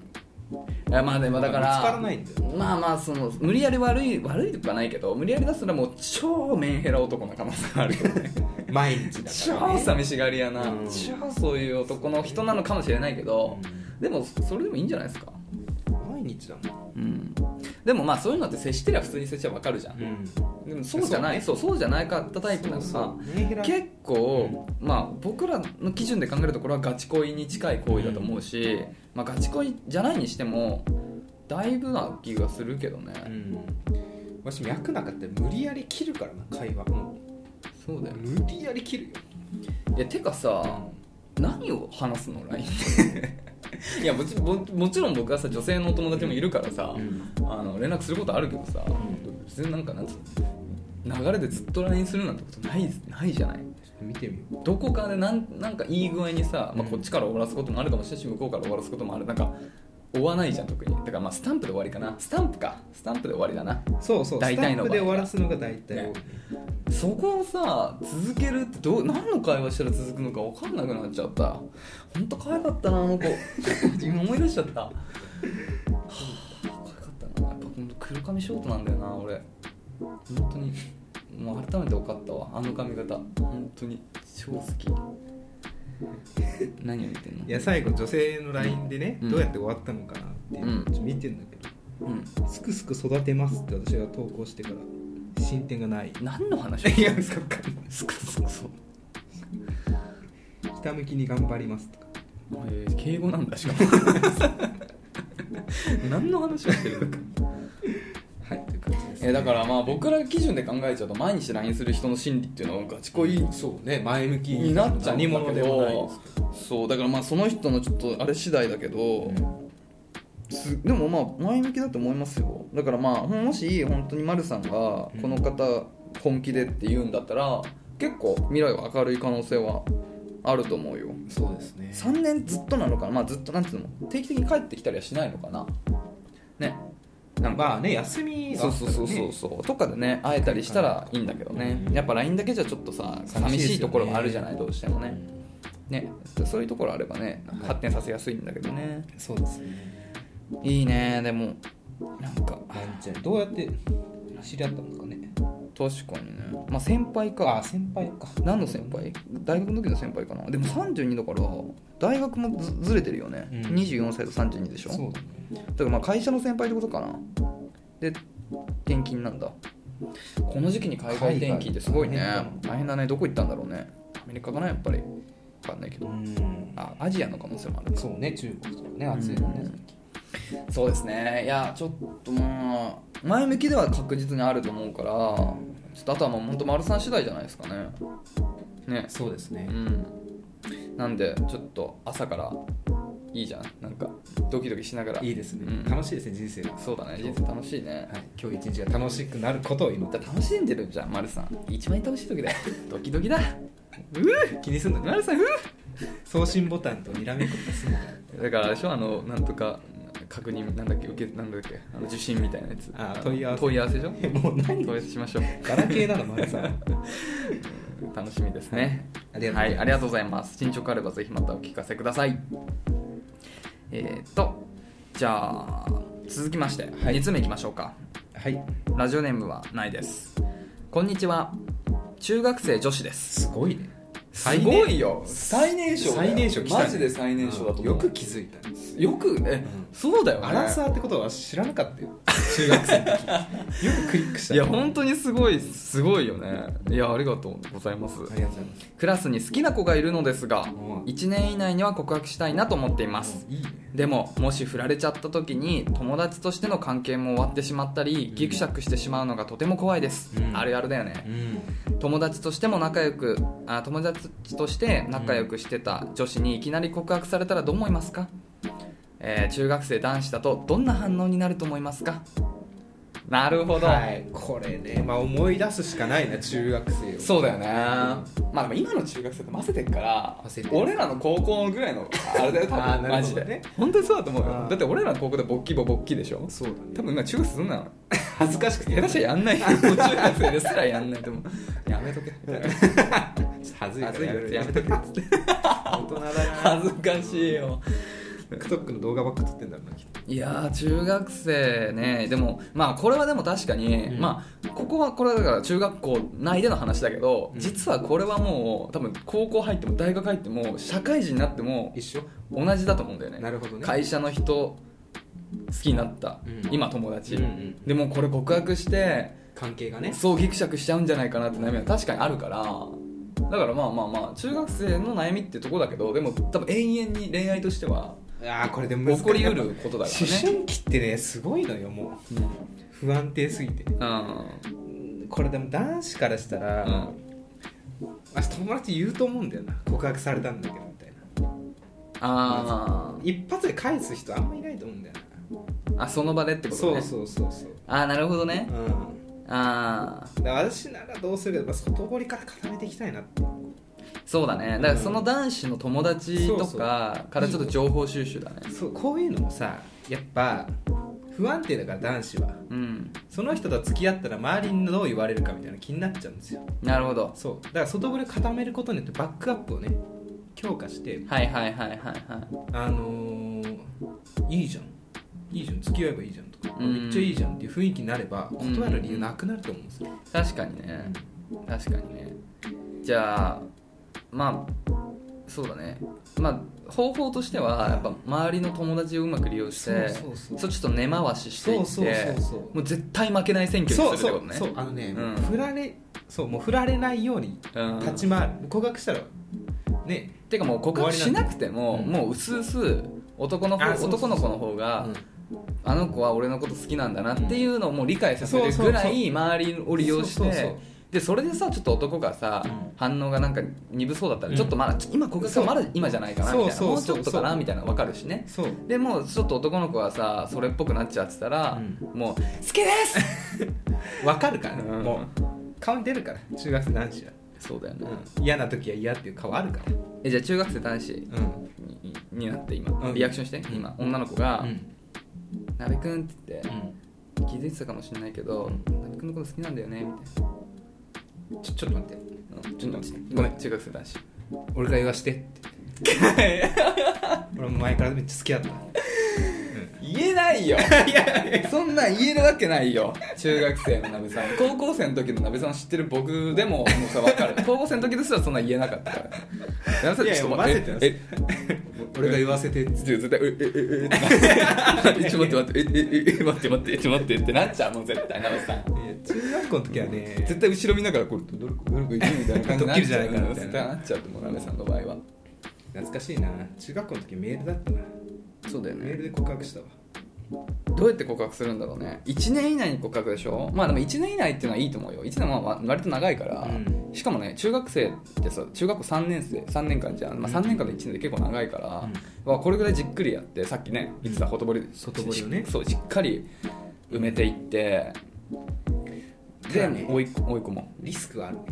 やまあでもだから
見つからないんだよ
まあまあその無理やり悪い悪いとかないけど無理やり出すらもう超メンヘラ男の可能性があるよ ね
毎日だから
超寂しがりやな、
うん
超そういう男の人なのかもしれないけど、
う
でもそれでもいいんじゃないですか
毎日だもん
うんでもまあそういうのって接してりゃ普通に接しちゃわかるじゃん、でもそうじゃないそう,、そうじゃないかったタイプなのさ
メンヘラ
結構、まあ、僕らの基準で考えるとこれはガチ恋に近い行為だと思うし、まあ、ガチ恋じゃないにしてもだいぶな気がするけどね、
うんわし脈なかったら無理やり切るからな会話も
そうだよ
う
ね
無理やり切るよ
いやてかさ何を話すの LINE で いやもちももちろん僕はさ女性のお友達もいるからさ、
うん
あの連絡することあるけどさ、
ん
別になんかなんつうの流れでずっと LINE するなんてことないないじゃない
見てみよう
どこかでなんなんかいい具合にさ、まあ、
うん
こっちから終わらすこともあるかもしれないし向こうから終わらすこともあるなんか追わないじゃん特にだからまあスタンプで終わりかなスタンプかスタンプで終わりだな
そうそう
大体の
スタンプ
場合
で
は
終わらすのが大体多い、
ねそこをさ続けるってどう何の会話したら続くのか分かんなくなっちゃったほんと可愛かったなあの子 今思い出しちゃったはあ可愛かったなやっぱほんと黒髪ショートなんだよな俺本当にもう改めて分かったわあの髪型本当に超好き何を言ってんの
いや最後女性の LINE でね、
うん
どうやって終わったのかなっていうのをちょっと見てんだけど、
うん
すくすく育てますって私が投稿してから進展がない
何の話
いやそっか
すくすくそう
ひたむきに頑張りますとか
えー敬語なんだしかも 何の話をしてるのか
はいという感じです、
えーだからまあ僕ら基準で考えちゃうと毎日 LINE する人の心理っていうのはガチ恋
そうね前向き
になっちゃうんだけ
何
ど
者でもないですけ
そうだからまあその人のちょっとあれ次第だけど、
ど
すでもまあ前向きだと思いますよだからまあほんもし本当に丸さんがこの方本気でって言うんだったら結構未来は明るい可能性はあると思うよ
そうですね
3年ずっとなのかなまあずっとなんていうの定期的に帰ってきたりはしないのかなねなんか
まあね休みが
そ
あ
う
った
そ
ら
う
ね
そうそうそうとかでね会えたりしたらいいんだけどね
うん
やっぱ LINE だけじゃちょっとさ
寂し
寂
いですよね
しいところもあるじゃないどうしても
う
ね
ん
ねそういうところあればね
はい
発展させやすいんだけどね
そうですね
いいねでもなんか
なんちゃんどうやって知り合ったんですかね
確かにねまあ先輩
あ
か
あ先輩か
何の先輩大学の時の先輩かなでも32だから大学もずずれてるよね、
うん
24歳と32でしょ
そうだね
だからまあ会社の先輩ってことかなで転勤なんだこの時期に海外転勤ってすごいね
海外
大変だねどこ行ったんだろうねアメリカかなやっぱり分かんないけ
う
ど
ん
あアジアの可能性もある
そうね中国とかね暑いよね
うんそうですねいやちょっとまあ前向きでは確実にあると思うからちょっとあとはもう本当丸さん次第じゃないですかねね
そうですね
うんなんでちょっと朝からいいじゃんなんかドキドキしながら
いいですね、
うん
楽しいですね人生が、は
そうだね人生楽しいね
い、今日一日が楽しくなることを祈って
だ楽しんでるじゃん丸さん一番楽しい時 だよドキドキだうぅ
気にすんのね
丸さんう
送信ボタンとにらめっこですね
ぅだからあれでしょあのなんとか確認なんだっけ受けなんだっけあの受信みたいなやつ
あ
の
問い合わせ
問い合わせでしょ
もう
問
何
い合わせしましょう
ガラケーなの丸さん
楽しみですね
ありがとうございます
はいありがとうございます進捗あればぜひまたお聞かせくださいえー、とじゃあ続きまして、
はい
2つ目いきましょうか
はい
ラジオネームはないですこんにちは中学生女子です
すごいね
すごいよ最年少だよ
最年少来たね
マジで最年少だと思う
よく気づいたね
よくね、
う
そうだよね
アラサーってことは知らなかったよ中学生の 時よくクリックした
いや本当にすごいすごいよねいやありがとうございます
ありがとうございます
クラスに好きな子がいるのですが
うん
1年以内には告白したいなと思っています
いいね
でももし振られちゃった時に友達としての関係も終わってしまったりギクシャクしてしまうのがとても怖いです、
うん
あるあるだよね、友達としても仲良くあ友達として仲良くしてた女子にいきなり告白されたらどう思いますか、えー中学生男子だとどんな反応になると思いますかなるほど、
はいこれねまあ思い出すしかないな中学生を
そうだよねまあでも今の中学生って混ぜてるから
混ぜてる
俺らの高校ぐらいのあれだよ多
あーなるほどね
分マジで本当にそうだと思う
あ
よ
ー
だって俺らの高校で勃起ボ勃起でしょ
そうだね
多分今中学生そんなの
恥ずかしくて
下手したらやんない もう中学生ですらやんないと思うやめ とけみたいな
恥ずいか
恥
ら
ずい
や
よ
め
や
て
めとけっつって
大人だな
恥ずかしいよ
TikTok の動画ばっか撮ってんだろうなきっと
いやー中学生ねでもまあこれはでも確かに、
うん
まあここはこれはだから中学校内での話だけど、
うん
実はこれはもう多分高校入っても大学入っても社会人になっても
一緒
同じだと思うんだよね
なるほどね
会社の人好きになった、
うん
今友達、
うんうん
でもこれ告白して
関係がね
そうギクシャクしちゃうんじゃないかなって悩みは確かにあるからだからまあまあまあ中学生の悩みってとこだけどでも多分永遠に恋愛としては
ああこれでも難し
起
い
こりうることだからね
思春期ってねすごいのよも
うん
う不安定すぎて
う
これでも男子からしたら、
ん、
私友達言うと思うんだよな告白されたんだけどみたいな
あ
一発で返す人あんまいないと思うんだよ
ーあその場でって
な
こと
そ
ね
うそうそうそう
ああなるほどね
うん
あ
だから私ならどうするけど、まあ、外堀から固めていきたいなって
あそうだねだからその男子の友達とかからちょっと情報収集だね
そうこういうのもさやっぱ不安定だから男子は
うん
その人と付き合ったら周りにどう言われるかみたいな気になっちゃうんですよ
なるほど
そうだから外堀を固めることによってバックアップをね強化して
はいはいはいはいはい
あのーいいじゃんいいじゃん付き合えばいいじゃんとか、
うん
めっちゃいいじゃんっていう雰囲気になれば
うん
断る理由なくなると思うんですよ、
確かにね確かにねじゃあまあそうだねまあ方法としてはやっぱ周りの友達をうまく利用して
そうそうそう
れちょっと根回ししてい
そう
っ
そう
て
そうそう
もう絶対負けない選挙
そ
に
う
する
そ
って
う
ことね
そうあのね、
うん
振られそうもう振られないように
うん
立ち回る、告白したらね
てかもう告白しなくても
終わり
もう薄々男の
あ
方
そうそうそう
男の子の方が、あの子は俺のこと好きなんだなっていうのをもう理解させるぐらい周りを利用し
そうそうそ
て
う
でそれでさちょっと男がさ、
うん
反応がなんか鈍そうだったら、
うん
ちょっとまだ今告白
そう
はまだ今じゃないかなみたいな
そうそうそう
もうちょっとかなみたいなの分かるしね
そう
でもうちょっと男の子がさそれっぽくなっちゃってたら、
う
もう好きです、
わかるから、
うん
もう顔に出るから中学生男子は、
そうだよね、
うん嫌な時は嫌っていう顔あるか
えじゃあ中学生男子
らうん
にになって今、
うん
リアクションして
うん
今女の子が
うん
「なべくん」って言って、
う
気づいてたかもしれないけど、なべくんのこと好きなんだよねみたい
ん、ちょちょっと待って
な、うんちょっと待って
ご
ご
め
め
ん
ん中学生男子
俺から言わしてって俺も前からめっちゃ付き合った
言えないよそんなん言えるわけないよ中学生のなべさん高校生の時のなべさん知ってる僕でももうさ分かる高校生の時ですらそんなん言えなかったからやめさ
いやいや
ちょっと待っ
混ぜ
て
て
え
俺が言わせてって
え絶対「えええええちょっと待って待ってええええ待って待ってちょっと待って」ってなっちゃうもう絶対なべさん
中学校の時はね
絶対後ろ見ながらこれどれどれどれみたいな感じにな
ドッ
っ
キリじ
ち
ゃ
ゃ
ないうかなみたい
絶
な
対なっちゃうと思うなべさんの場合は
懐かしいな中学校の時メールだったな
そうだよ
メールで告白したわ
どうやって告白するんだろうね1年以内に告白でしょまあでも1年以内っていうのはいいと思うよ1年はまあ割と長いから、
うん
しかもね中学生ってさ中学校3年生3年間じゃん、まあ、3年間で1年で結構長いから、まあこれぐらいじっくりやってさっきね言ってたほとぼり
外堀をね
そうしっかり埋めていってで、
ただね
追い追い込も
リスクはあるね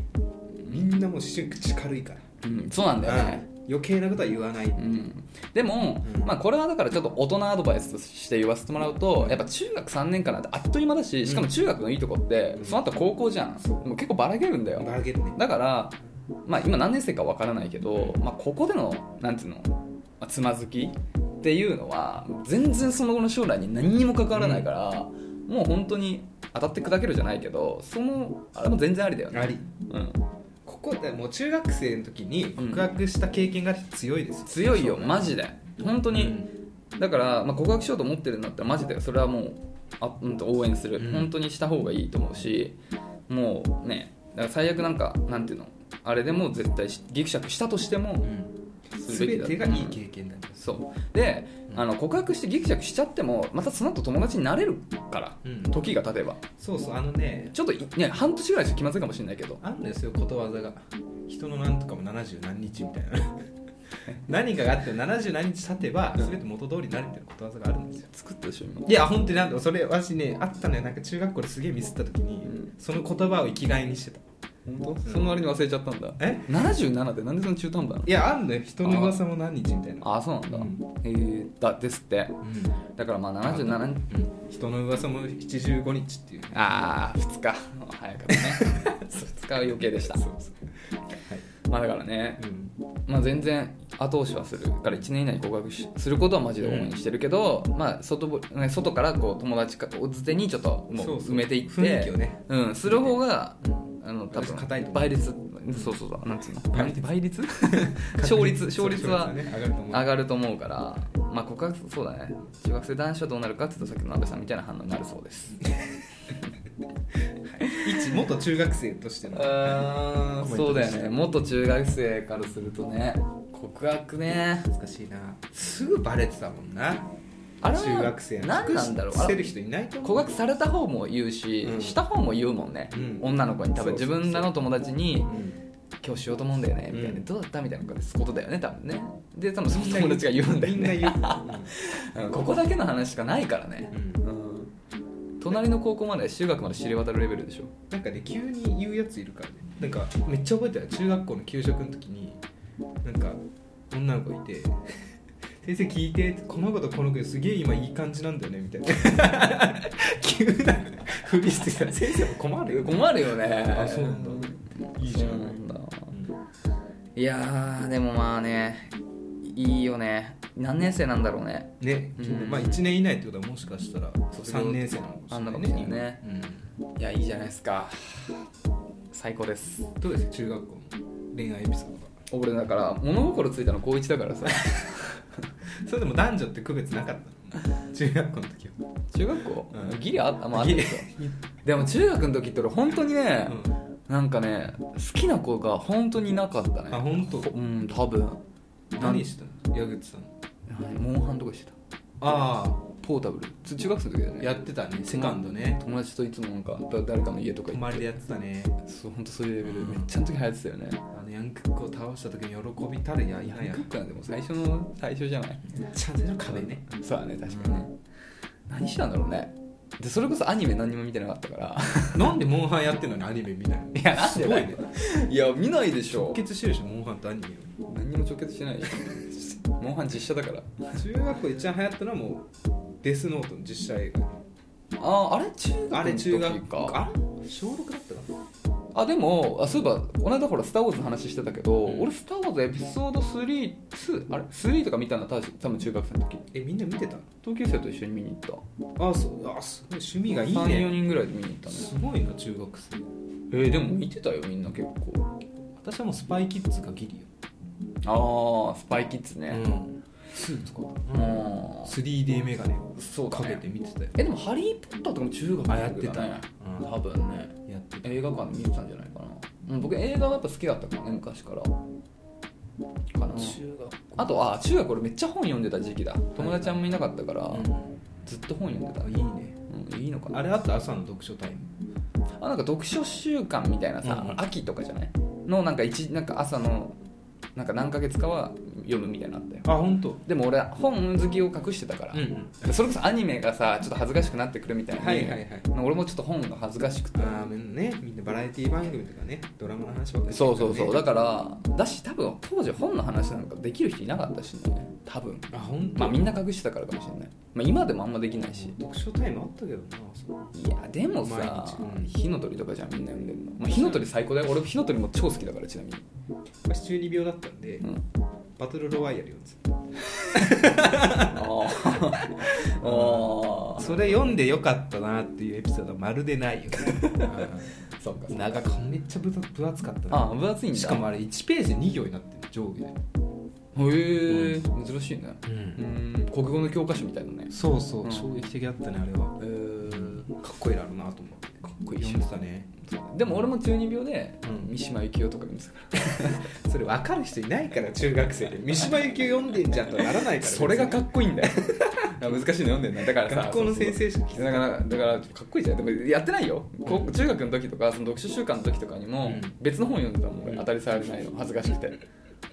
みんなもう思春口軽いから
う、うん、そうなんだよね、
うん余計なことは言わない、
うんでも、
うん
まあ、これはだからちょっと大人アドバイスとして言わせてもらうとやっぱ中学3年間なんてあっという間だししかも中学のいいとこって、
うん
その後高校じゃん
そう
もう結構ばらけるんだよ
バラけるね
だから、まあ、今何年生かわからないけど、まあ、ここでのなんていうの、まあつまずきっていうのは全然その後の将来に何にも関わらないから、もう本当に当たって砕けるじゃないけどそのあれも全然ありだよね
あり
うん、
ここでもう中学生の時に告白した経験が強いですよ、
強いよ
そう
マジで本当に、だから、まあ、告白しようと思ってるんだったらマジでそれはもうあ、うん、と応援する、
うん
本当にした方がいいと思うしもうねだから最悪なんかなんていうのあれでもう絶対しギクシャクしたとしてもすべき
全
だ
てがいい経験だった
そうで
うん
あの告白してギクシャクしちゃってもまたその後友達になれるから
うん
時が経てば
そうそうあのね
ちょっといね半年ぐらいしか気まずいかもしれないけど
あるんですよことわざが人の何とかも70何日みたいな 何かがあっても70何日経てば全て元通りになるっていうことわざがあるんですよ
作ったでしょ今
いや本当になんだそれ私ねあったのよなんか中学校ですげえミスった時に、
うん
その言葉を生きがいにしてた
本当その割に忘れちゃったんだ
え
77ってなんでその中途半端ない
やあんのよ人の噂も何日みたいな
のああそうなんだ、
うん
えーだですって
うん
だからまあ77日
うん人の噂も75日っていうね
ああ2日早かった ね2日は余計でした
そうそう
まあだからね、
うん
まあ、全然後押しはするだから1年以内に合格しすることはマジで応援してるけど、まあ外ぼね外からこう友達かおづてにちょっともう
そうそう
埋めていって
雰囲気をね
うん、する方が、あの多
硬いと思
分
う
倍率そうそうそうなんつうの
倍率
倍 率勝率勝率は
勝ね上がると思う
上がると思うからまあ告白そうだね中学生男子はどうなるかって言うとさっきの安部さんみたいな反応になるそうです
一元中学生としての
あー
コメ
そ
ン
う
トで
だ
した
よね元中学生からするとね告白ね
懐かしいなすぐバレてたもんな
あれは
中学生
何なんだろう
隠してる人いないと思う
告白された方も言うし、
うん
した方も言うもんね、
うん
女の子に多
そ
分
う
自
そうそう
分らの友達に「今日しようと思うんだよね」みたいな、
うん
どうだった?」みたいなことだよね多分ねで多分その友達が言うんだよ
みんな
ね
言う、
うんここだけの話しかないからね、
うん
うん隣の高校まで中学まで知れ渡るレベルでしょ
なんかね急に言うやついるからねなんかめっちゃ覚えてたよ中学校の給食の時になんか女の子いて 「先生聞いて」この子とこの子すげえ今いい感じなんだよね」みたいな 急な振りしてきたら先生も困るよ
困るよね
あそうなんだいいじゃん
そうなんだいやーでもまあねいいよね何年生なんだろうね
ね、
うん
まあ1年以内ってことはもしかしたら
卒業
3年生なの
あんの
か
か
も
も
し
し
れな
れないい
ね
ねいやいいじゃないですか最高です
うんどうですか中学校の恋愛エピソードは
俺だから物心ついたの高1だからさ
それでも男女って区別なかったの中学校の時は
中学校、
うん
ギリあったまああったけどでも中学の時って俺本当にね、なんかね好きな子が本当にいなかった
う
ね
ん、あ本当
ほうん多分
何してたの矢口さん
はいモンハンとかしてた
あ
ポータブルつ中学生の時だよ
あ
ね
やってたねセカンドね
友達といつもなんかだ誰かの家とか
泊
行っ
まり
て
でやってたね
そう本当そういうレベル、
うん
めっちゃあの時流行ってたよね
あのヤンクックを倒した時に喜びたるやいな
ヤ
や
ンクックなんてもう最初の最初じゃない
チャンネル壁ね
そうだね確かにね、何したんだろうねでそれこそアニメ何にも見てなかったから
なんでモンハンやってんのにアニメ見ないの
いやなん
す
で
ご
だ
い
よ
ね
いや見ないでしょ
直結してるでしょモンハンとアニメを
何にも直結してないよ モンハン実写だから
中学校一番流行ったのはもうデスノートの実写映
あーあれ中学の時
画
か
あれ中学校あれ小6だったかな
あでもあそういえばこの間ほら「スター・ウォーズ」の話してたけど、
うん
俺「スター・ウォーズ」エピソード3 2あれ3とか見たのは多分多分中学生の時
えみんな見てた
同級生と一緒に見に行った
あそうあすごい趣味がいい
34
ね
人ぐらいで見に行ったね
すごいな中学生
えー、でも見てたよみんな結構
私はもうスパイキッズがギリよ、
ああスパイキッズ
う
ね
ん、2とか
うん
3D メガネを
そうだ
かけ
ね
て見てたよ
えでも「ハリー・ポッター」とかも中学の時だ
あ
ね
やってたねうん
多分ね
やってた
映画館で見てたんじゃないかな、うん、僕映画はやっぱ好きだったからね昔からかな
中学
あとあ中学俺めっちゃ本読んでた時期だ友達あんまいなかったから、ずっと本読んでた、
いいね
うん、いいのかな
あれあと朝の読書タイム
あなんか読書週間みたいなさ、
うんうん
秋とかじゃないのなんか一なんか朝のなんか何ヶ月かは読むみたいなのあったよ
あ本当。
でも俺本好きを隠してたから、
ん
それこそアニメがさちょっと恥ずかしくなってくるみたいに、
はいはいはい
俺もちょっと本が恥ずかしくて
あーねみんなバラエティ番組とかねドラマの話ばっかりしてる
そうそうそう
から
だ
ね
からだし多分当時本の話なんかできる人いなかったしね多分
あ本当。
まあみんな隠してたからかもしれない、まあ、今でもあんまできないし
読書タイムあったけどなそう
いやでもさ
毎日うん
火の鳥とかじゃんみんな読んでるの、まあ、火の鳥最高だよ俺火の鳥も超好きだからちなみに、
私中二病だったんで、
うん、
バトルロワイヤル読んで
あー あ
た
ー
それ読んでよかったなっていうエピソードはまるでない よ
そっか
うん長くめっちゃ分分厚かったな
あー分厚いんだ
しかもあれ1ページ2行になってる上下で、
へえ珍しいねうん国語の教科書みたいなね
そうそう、
うん
衝撃的だったねあれは
えー
かっこいいだろうなと思ってかっ
こいい
読んでたね
でも俺も中二病で
うん
三島由紀夫とか見てたか
それ分かる人いないから中学生で三島由紀夫読んでんじゃんとはならない
ら
から
それがかっこいいん だよ難しいの読んでんなだからさ
学校の先生しか聞いて
だからだからかっこいいじゃんでもやってないよ、こう中学の時とかその読書週間の時とかに
う
も
ん
別の本読んでたもん、俺
うん
当たり障りないの恥ずかしくてだか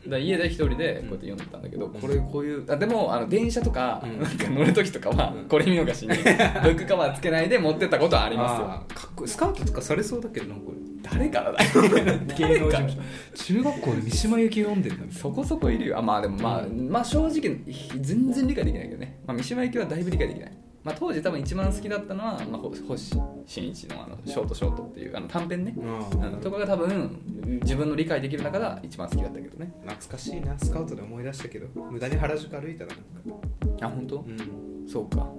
ら家で一人でこうやって読んでたんだけど、
ん
これこういうあでもあの電車とか,、
うん
なんか乗る時とかは
うん
これ見よがしにブックカバーつけないで持ってったことはあ
あ
りますよ
ーかっこいいスカウトとかされそうだけどなんか
誰からだよ
芸
芸
能
能
人
人
中学校で三島由紀夫読んでんだみたい
そこそこいるよあまあでもまあ、
うん
まあ正直全然理解できないけどね、まあ、三島由紀夫はだいぶ理解できない、まあ、当時多分一番好きだったのは、まあ、ほ星新一のあの「ショートショート」っていうあの短編ね、
な
あのとかが多分自分の理解できる中が一番好きだったけどね
懐かしいなスカウトで思い出したけど無駄に原宿歩いたらなんか
あ本当
うん
そうか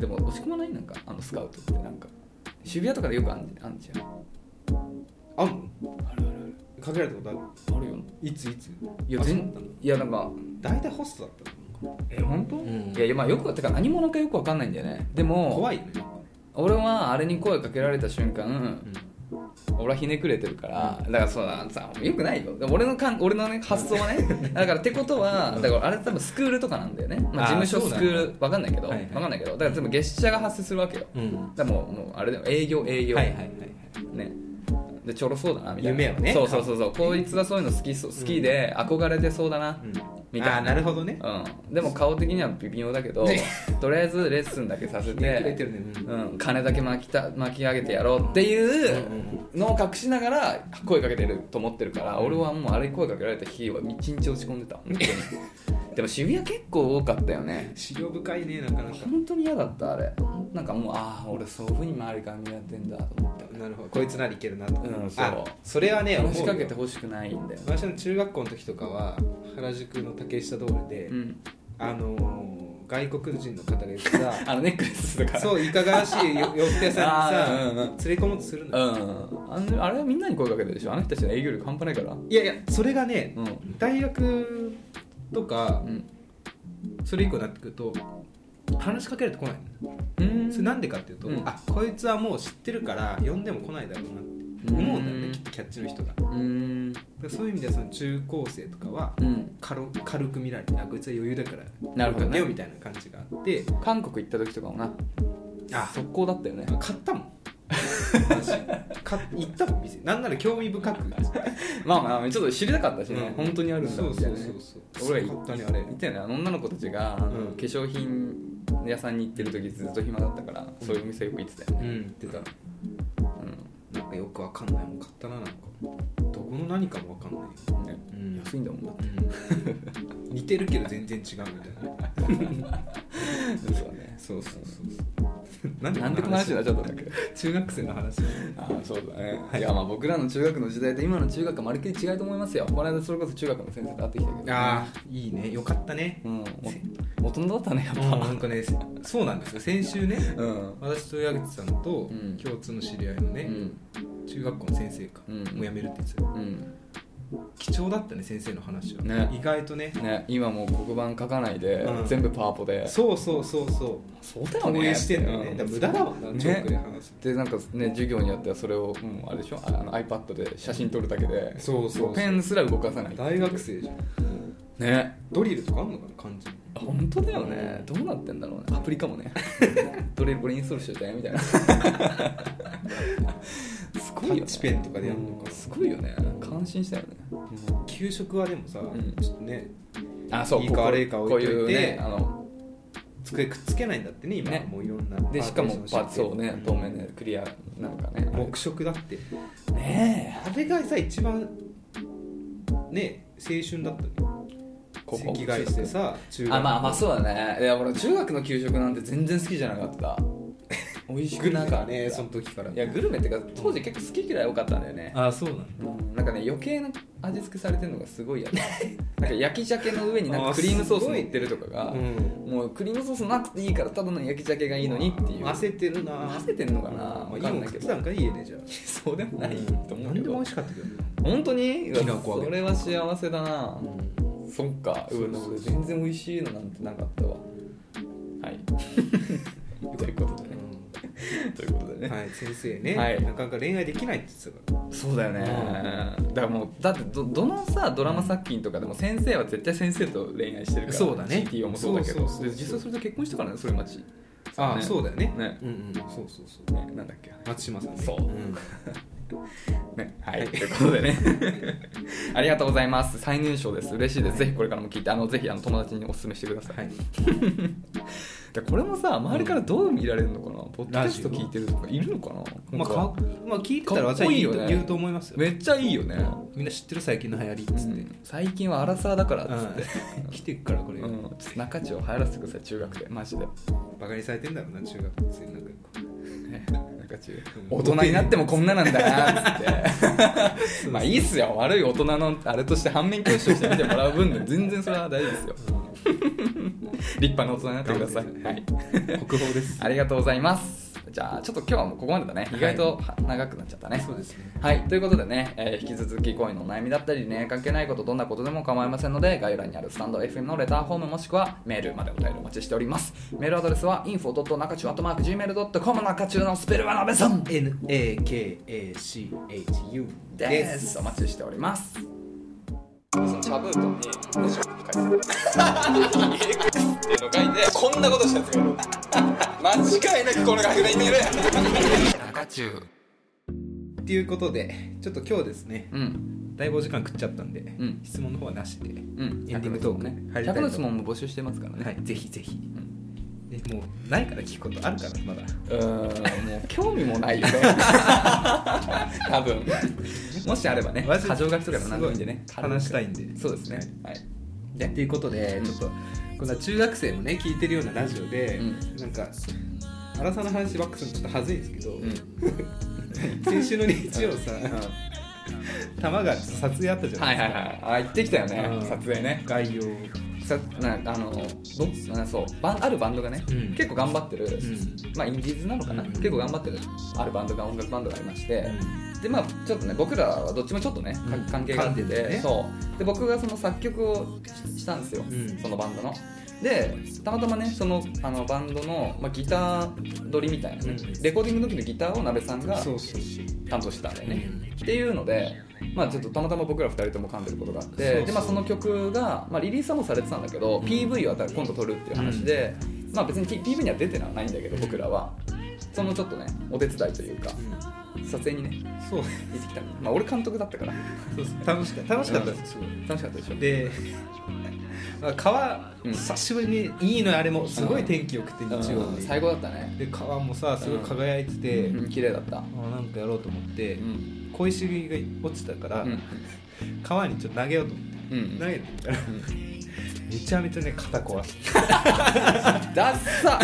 でも押し込まないなんかあのスカウトってなんか渋谷とかでよくあんじゃんあんじゃん
あん
あるある
のかけられたことある
あるあるよ
いついつ
いや
あそうだ
全
ったの
いやなんか
大体ホストだったのなんか
え本当、
ん
いやいやまあよくてか何者かよくわかんないんだよねでも
怖いよね
俺はあれに声かけられた瞬間、俺はひねくれてるから、だからそうださよくないよでも俺のかん俺の、ね、発想 はねだからってことはだからあれ多分スクールとかなんだよね、まあ、
あー
事務所
そう
ス
だ
ク
ね
ールわかんないけど、
は
わ
いはい
かんないけどだから全部月謝が発生するわけよ
うん、うん、
だからもうもうあれだよ営業営業、
はいはいはいはい
ねでちょろそうだなみたいな
夢をね
そうそうそうそうこいつはそういうの好きそう好きで憧れてそうだな、
う
み
ん、
たいな
ああなるほどね
うん、でも顔的には微妙だけどとりあえずレッスンだけさせ
ひねくれて
て、
るね、うん
うん、金だけ巻きた巻き上げてやろうっていう、
うん
のを隠しながら声かけてると思ってるから俺はもうあれ声かけられた日は一日落ち込んでた 本当にでも渋谷結構多かったよね
資料深いねなかなか
本当に嫌だったあれなんかもうああ俺そういうふうに周りから見られてんだと思って
なるほどこいつならいけるなと、
うんそう
あそれはね
話しか
思
け
う
て
よ
ほしくないんだよ、
私の中学校の時とかは原宿の竹下通りで、
うん、
あのー外国人の方が言って た
あのネックレスとか
そういかがわしいよ洋服屋さんにさ、
あーうんうん
連れ込もうとする
う
のよ、
んあのあれはみんなに声かけてるでしょあの人たちの営業力半端ないから
いやいやそれがね、
うん
大学とか
うん
それ以降になってくると話しかけると来ない
うん
それなんでかっていうと、
うん
あこいつはもう知ってるから呼んでも来ないだろうなって思うんだよ
う
ね
ん
きっとキャッチの人がだ
うーん
からそういう意味ではその中高生とかは
うん
軽軽く見られてあこいつは余裕だから
なるほど
声
ね
かけようみたいな感じがあって
韓国行った時とかもな
あ
速攻だったよね
買ったもんマジ 買っ行ったもん店なんなら興味深く
まあまあちょっと知りたかったしね、
うん
本当にあるんだ
そう
みた
そ
いうな
そう
ね
そう
俺ら
買
行
っ
った
ねあれ
行ったよねあの女の子たちがあの、
うん
化粧品屋さんに行ってる時ずっと暇だったから、そういうお店よく行ってたよ
う
ね、
ん言ってた
う
なんかよくわかんないもん買ったななんかどこの何かもわかんない、
んね
うん
安いんだもんな
うん、似てるけど全然違うみたいな
そうだね
そうそうそうそうなん
なんでこの話になっちゃったん だっけ
中学生の話
ああそうだね、い、やまあ僕らの中学の時代と今の中学はまるっきり違いと思いますよこの間それこそ中学の先生と会ってきたけど、
ああいいねよかったね
うんお大 人だったねやっ
もう
ぱ
なんかねそうなんですよ先週ね
うん
私と矢口さんと
うん
共通の知り合いの
う
ね、
ん
中学校の先生か、
うん
もう辞めるって言ってたよ
うん
貴重だったね先生の話は、
ね
意外とね
ね今もう黒板書かないで、
うん
全部パワポで
そうそうそうそう
そうだよ
応
ね
援してんだよね、
うん
だから無駄だもんな、
ね
チョークで話す
でなんかね授業によってはそれを、うん、あれでしょあの iPad で写真撮るだけで
そうそうそう
ペンすら動かさない
大学生じゃん
ね
ドリルとかあんのかな感じ
本当だよねどうなってんだろうねアプリかも ねどれこれインストールしといたよみたいなすごいよ、ね、
タッチペンとかでやんのかな
うんすごいよね感心したよね、
給食はでもさ、
ん
ちょっとね
あそう
いいか
ここ
悪いか置いといて
こういうねあの
机くっつけないんだってね今は
ね
もういろんな
でしかも
パーティシ
パ
ョン
ーツをね
ん
透明でクリアなんかね
黙食だって
ね
あれがさ一番ね青春だったのよ
えここ
席替えしてさ中
あまあまあそうだねいや俺中学の給食なんて全然好きじゃなかった 美味し
グ
く
ル
な
メ
か
が
った
ねその時から
いやグルメってか当時結構好き嫌い多かったんだよね
あそうなんだ
うんなんかね余計な味付けされてるのがすごい嫌だ なんか焼き鮭の上になんかクリームソース乗ってるとかが、
うん
もうクリームソースなくていいからただの焼き鮭がいいのにっていう
焦ってるな
焦ってんのかな
まあ、
わ
いい
かん
も
なん
食
いけ
って
ど
たんかい家でじゃ
そうでも
あ
ないと思う
何
け
でも美
ど
味しかったけどね
本当に
きなこ揚げ
それは幸せだな
うん
そっかう
そ
わ
うそうそう
俺全然美味しいのなんてなかったわはい ということでねということでね、
はい先生ね、
はい
なかなか恋愛できないって言ってたか
そうだよね、だからもうだってどどのさドラマ作品とかでも先生は絶対先生と恋愛してるから
そうだね
CTO もそうだけど
そうそうそう
で実際それと結婚したからねそういう町
らああーそうだよね
ね
うんうんそうそうそう
ねなんだっけ
松島さんね
そうんねはい、ということでね ありがとうございます最年少です嬉しいです、ぜひこれからも聞いてあのぜひあの友達にお勧めしてくだ さい、
はい
でこれもさ周りからどう見られるのかな、ポッドキャスト
ラジオ
聞いてるとかいるのかな
まあ、
なん
かまあ聞いてたら私
か
は
っこい
言
いよ
う
ね
と言うと思いますよ
めっちゃいいよね、
みんな知ってる最近の流行りっつ
う
っ
ん
て、
最近はアラサーだからっつって、
うん 来てくからこれ、
うん、ちょっと中地を流行らせてください中学でマジで
バカにされてんだろうな中学生なんか
中中大人になってもこんななんだなっ つってまあいいっすよ悪い大人のあれとして反面教師として見てもらう分で全然それは大事です よ立派な大人になってください、はい、
国宝です
ありがとうございますじゃあちょっと今日はもうここまでだね
い
意外とは長くなっちゃったね、
そうですね
はい、ということでね、えー引き続き恋のお悩みだったり、ね、関係ないこと、どんなことでも構いませんので、概要欄にあるスタンド FM のレターフォームもしくはメールまでお便りお待ちしております。メールアドレスは info.nakachu.gmail.com 中中のスペルはなべさん
NAKACHU
で
です
す。お待ちしております。茶封筒に文字を書いてっていうの書いてこんなことしたやつがいる間違いなくこの学年にいる中中
っていうことでちょっと今日ですね
うん
だいぶお時間食っちゃったんで、
ん
質問の方はなしで、
うん
エンディングトーク
ね
入りたいと
100の質問も募集してますからね
はいぜひぜひ、えもうないから聞くことあるからまだ
うーんもう興味もないよね 多分もしあればね
マジ
過剰書きとかでも何でもいいんでね
すごい話したいんで
そうですねはい
でっていうことで、
うん
ちょっとこんな中学生もね聞いてるようなラジオで、
うん
なんか荒さんの話ばっかするのちょっと恥ずいんですけど、
うん
先週の日曜 さ玉が撮影あったじゃな
はいい
で
は
す
い
か、
はいあ行ってきたよね
うん
撮影ね
概要
さなあのどなそうバンあるバンドがね、
うん
結構頑張ってる、
ん
まあインディーズなのかな、
うん
結構頑張ってるあるバンドが音楽バンドがありまして、でまあちょっとね僕らはどっちもちょっとね、か
うん
関係があって
関係でね
そうで僕がその作曲をししたんですよ、
うん
そのバンドのでたまたまねそのあのバンドの、まあ、ギター撮りみたいな
う
ね、
ん
レコーディングの時のギターを鍋さんが
そうそうそう
担当してたんだよね、
うん
っていうのでまあちょっとたまたま僕ら2人とも噛んでることがあって
そうそう
で、まあ、その曲が、まあ、リリースはもうされてたんだけど、
うん
PV は今度撮るっていう話で、まあ別に T- PV には出てないんだけど僕らはそのちょっとねお手伝いというか撮影にね
そう
行ってきたのまあ俺監督だったから
そうそう楽しかった楽しかったです、すごい
楽しかったでしょ
で、まあ、川、
うん
久しぶりにいいのよあれもすごい天気良くて日曜
うん
日
最高だったね
で川もさすごい輝いてて、
うん綺麗だった
あなんかやろうと思って、
うん
小石が落ちたから、
うん
川にちょっと投げようと思って、
うん
投げてみたらめちゃめちゃね肩壊して
ダッサ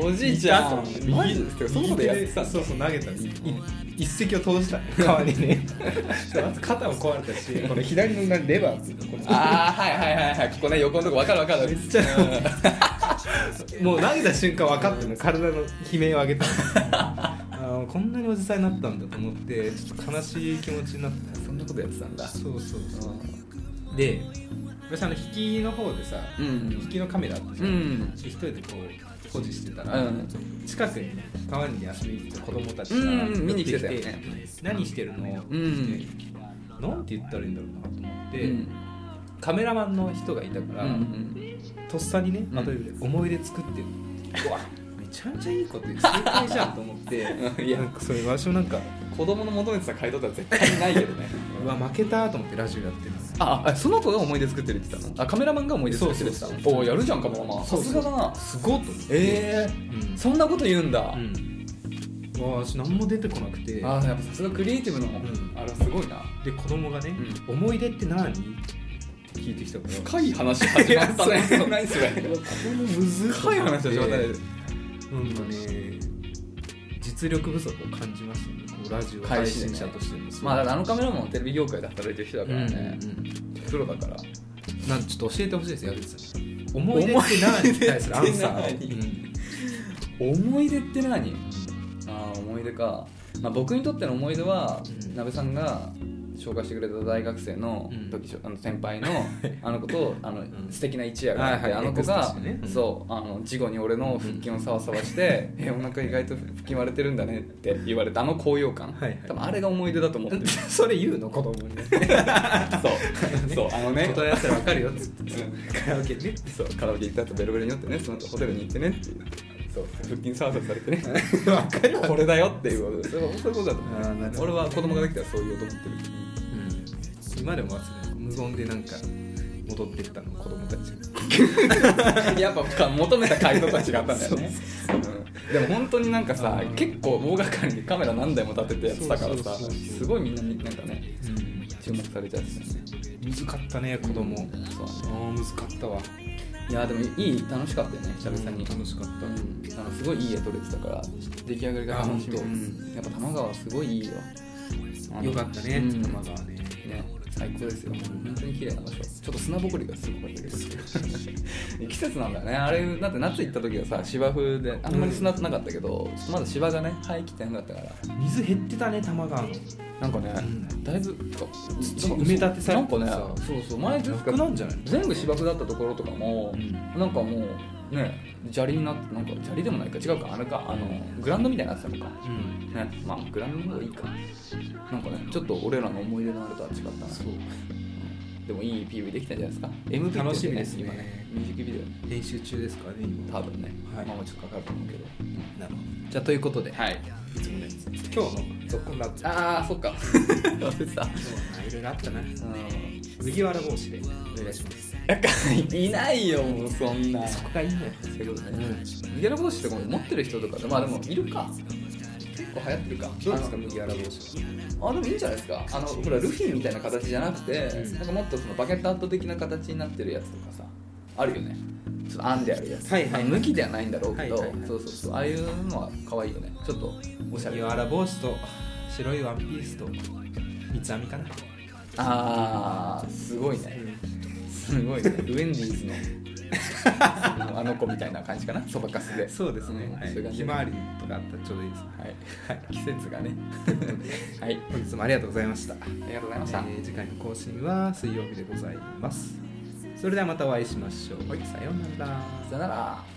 おじいちゃん
右
マジですけどそのことやってたんだ
そうそう投げたい一石を投じた川にねまず肩も壊れたし この左のレバーっていうのこれ
ああはいはいはいはいここね横のとこ分かる分かる
めっちゃもう投げた瞬間分かってるの体の悲鳴を上げ たのあのこんなにおじさんになったんだと思ってちょっと悲しい気持ちになった
そんなことやってたんだ
そうそうそうで私あの引きの方でさ、
うん
引きのカメラあったじ
う
ゃん、
ん
一人でこう保持してたら、
うん
近くにね川に遊びに来た子供たち
う
が
んうん見に来てたよね
寄っ何してるのって、
うん
なんて言ったらいいんだろうなと思っ
う
て、
ん
カメラマンの人がいたから、
うん
とっさにね
ん
アドリブで思い出作ってる、うわめちゃめちゃいいこと言う正解じゃんと思って
いや
なんかそれ私もなんか
子供の求めてた回答とは絶対にないけどね
うわ負けたと思ってラジオやってるんです
ああその子が思い出作ってるって言ってたのあカメラマンが思い出作ってるって言ってたのおおーやるじゃんカメラマンさすがだな
すごっと思って
ええ
うん
そんなこと言うんだ
うん、わあ私何も出てこなくて
あーやっぱさすがクリエイティブの、
ん
あれはすごいな
で子供がね、思い出って何?」って聞いてきたから
深 い話始まったね何それ
のむずっ
深い話始まったね
なんかね実力不足を感じましたねこうラジオ配信者としても
まあだ
だ
からあのカメラマンはテレビ業界で働いてる人だ
う
か
ん
ら
うん
ね、プロだから
なんちょっと教えてほしいです矢口さん思い出って何に対するアンサ
思い出っ
ー
て
を、うん
思い出って何ああ思い出か、まあ、僕にとっての思い出は、
うん
なべさんが紹介してくれた大学生の
うん
時、あの 先輩のあの子とあの、
ん
素敵な一夜があって、
はいはい
あの
エ
子
クスタ
が
シ、ーねうん
そうあの事後に俺の腹筋をさわさわして「えお腹意外と腹筋割れてるんだね」って言われたあの高揚感、
はいはい
多分あれが思い出だと思ってる
それ言うの子供にね
そうそうあのね
答えやったら分かるよっつってカラオケね
そうカラオケ行った後ベロベロに酔ってねその後ホテルに行ってねっていうそう腹筋サービスされ てね
分かる
これだよっていうことでそうそういうことだと
あーな
思
る
う
ほど
俺は子供ができたらそう言おうと思ってる
うん今でも忘れない無言でなんか戻ってったの子供たちが
やっぱか求めた回答とは違ったんだよねうんでも本当になんかさ
うん
結構大掛かりにカメラ何台も立ててやってたから
そう
さ
そうそうそう
すごいみんなになんかね注目されちゃってたよね
難かったね子供
そう
あー難かったわ
いやでもいい楽しかったよね久々に
楽しかっ
うんあのすごいいい絵撮れてたから出来上がりが楽しみ
あ本
うんやっぱ玉川はすごいいいよあ
た
の
よかったね
うん
玉川ね
ね、最高ですよ、本当に綺麗な場所、ちょっと砂ぼこりがすごかったけど、季節なんだよね、あれ、だって夏行った時はさ、芝生で、あんまり砂なかったけど、まだ芝がね、生えきてなかったから、
水減ってたね玉川の
なんかね、
うん
だいぶ、
土埋め立てされ
なん
て
か
さ
ね、そうそう、前です
楽なんじゃない
全部芝生だったところとかも、
うん
なんかもう、ね、砂利になって、なんか砂利でもないか、違うか、あれか、あのグラウンドみたいになってたのか。
うん
ね、まあグラウンドの方がいいかなんかねちょっと俺らの思い出のあれとは違ったね
そう
でもいい PV できたんじゃないですか MV って
楽しみですね
今ねミュージックビデ
編集中ですからね
オ
今
多分ね、
はい
まあもうちょっとかかると思うけど
なるほどじゃあということで、
はい
い、つもね今日の続婚だった
ああそっ か忘れてた
いろいろあったな
うん
麦わら帽子でお願いします
なんかいないよもうそんな
こがいいのよ
そういうことね麦わら帽子とかも持ってる人とかまあでもいるか結構流行ってるか
どうですか麦わら帽子は
あでもいいんじゃないですかあのほらルフィみたいな形じゃなくて、なんかもっとそのバケットアット的な形になってるやつとかさあるよねちょっと編んであるやつ、
はいはい
まあ、向きではないんだろうけど、
はいはいはい
そうそうそうああいうのは可愛いよねちょっとおしゃれ
麦わら帽子と白いワンピースと三つ編みかな、
あーすごいねすご いねウェンディーズのあの子 みたいな感じかなそばかすで
そうですね、
ん
はい
そういう感じ
ひまわりとかあったらちょうどいいです
はい、季節 がねはい
本日もありがとうございました
ありがとうございました、
えー次回の更新は水曜日でございますそれではまたお会いしましょう、さようなら
さよなら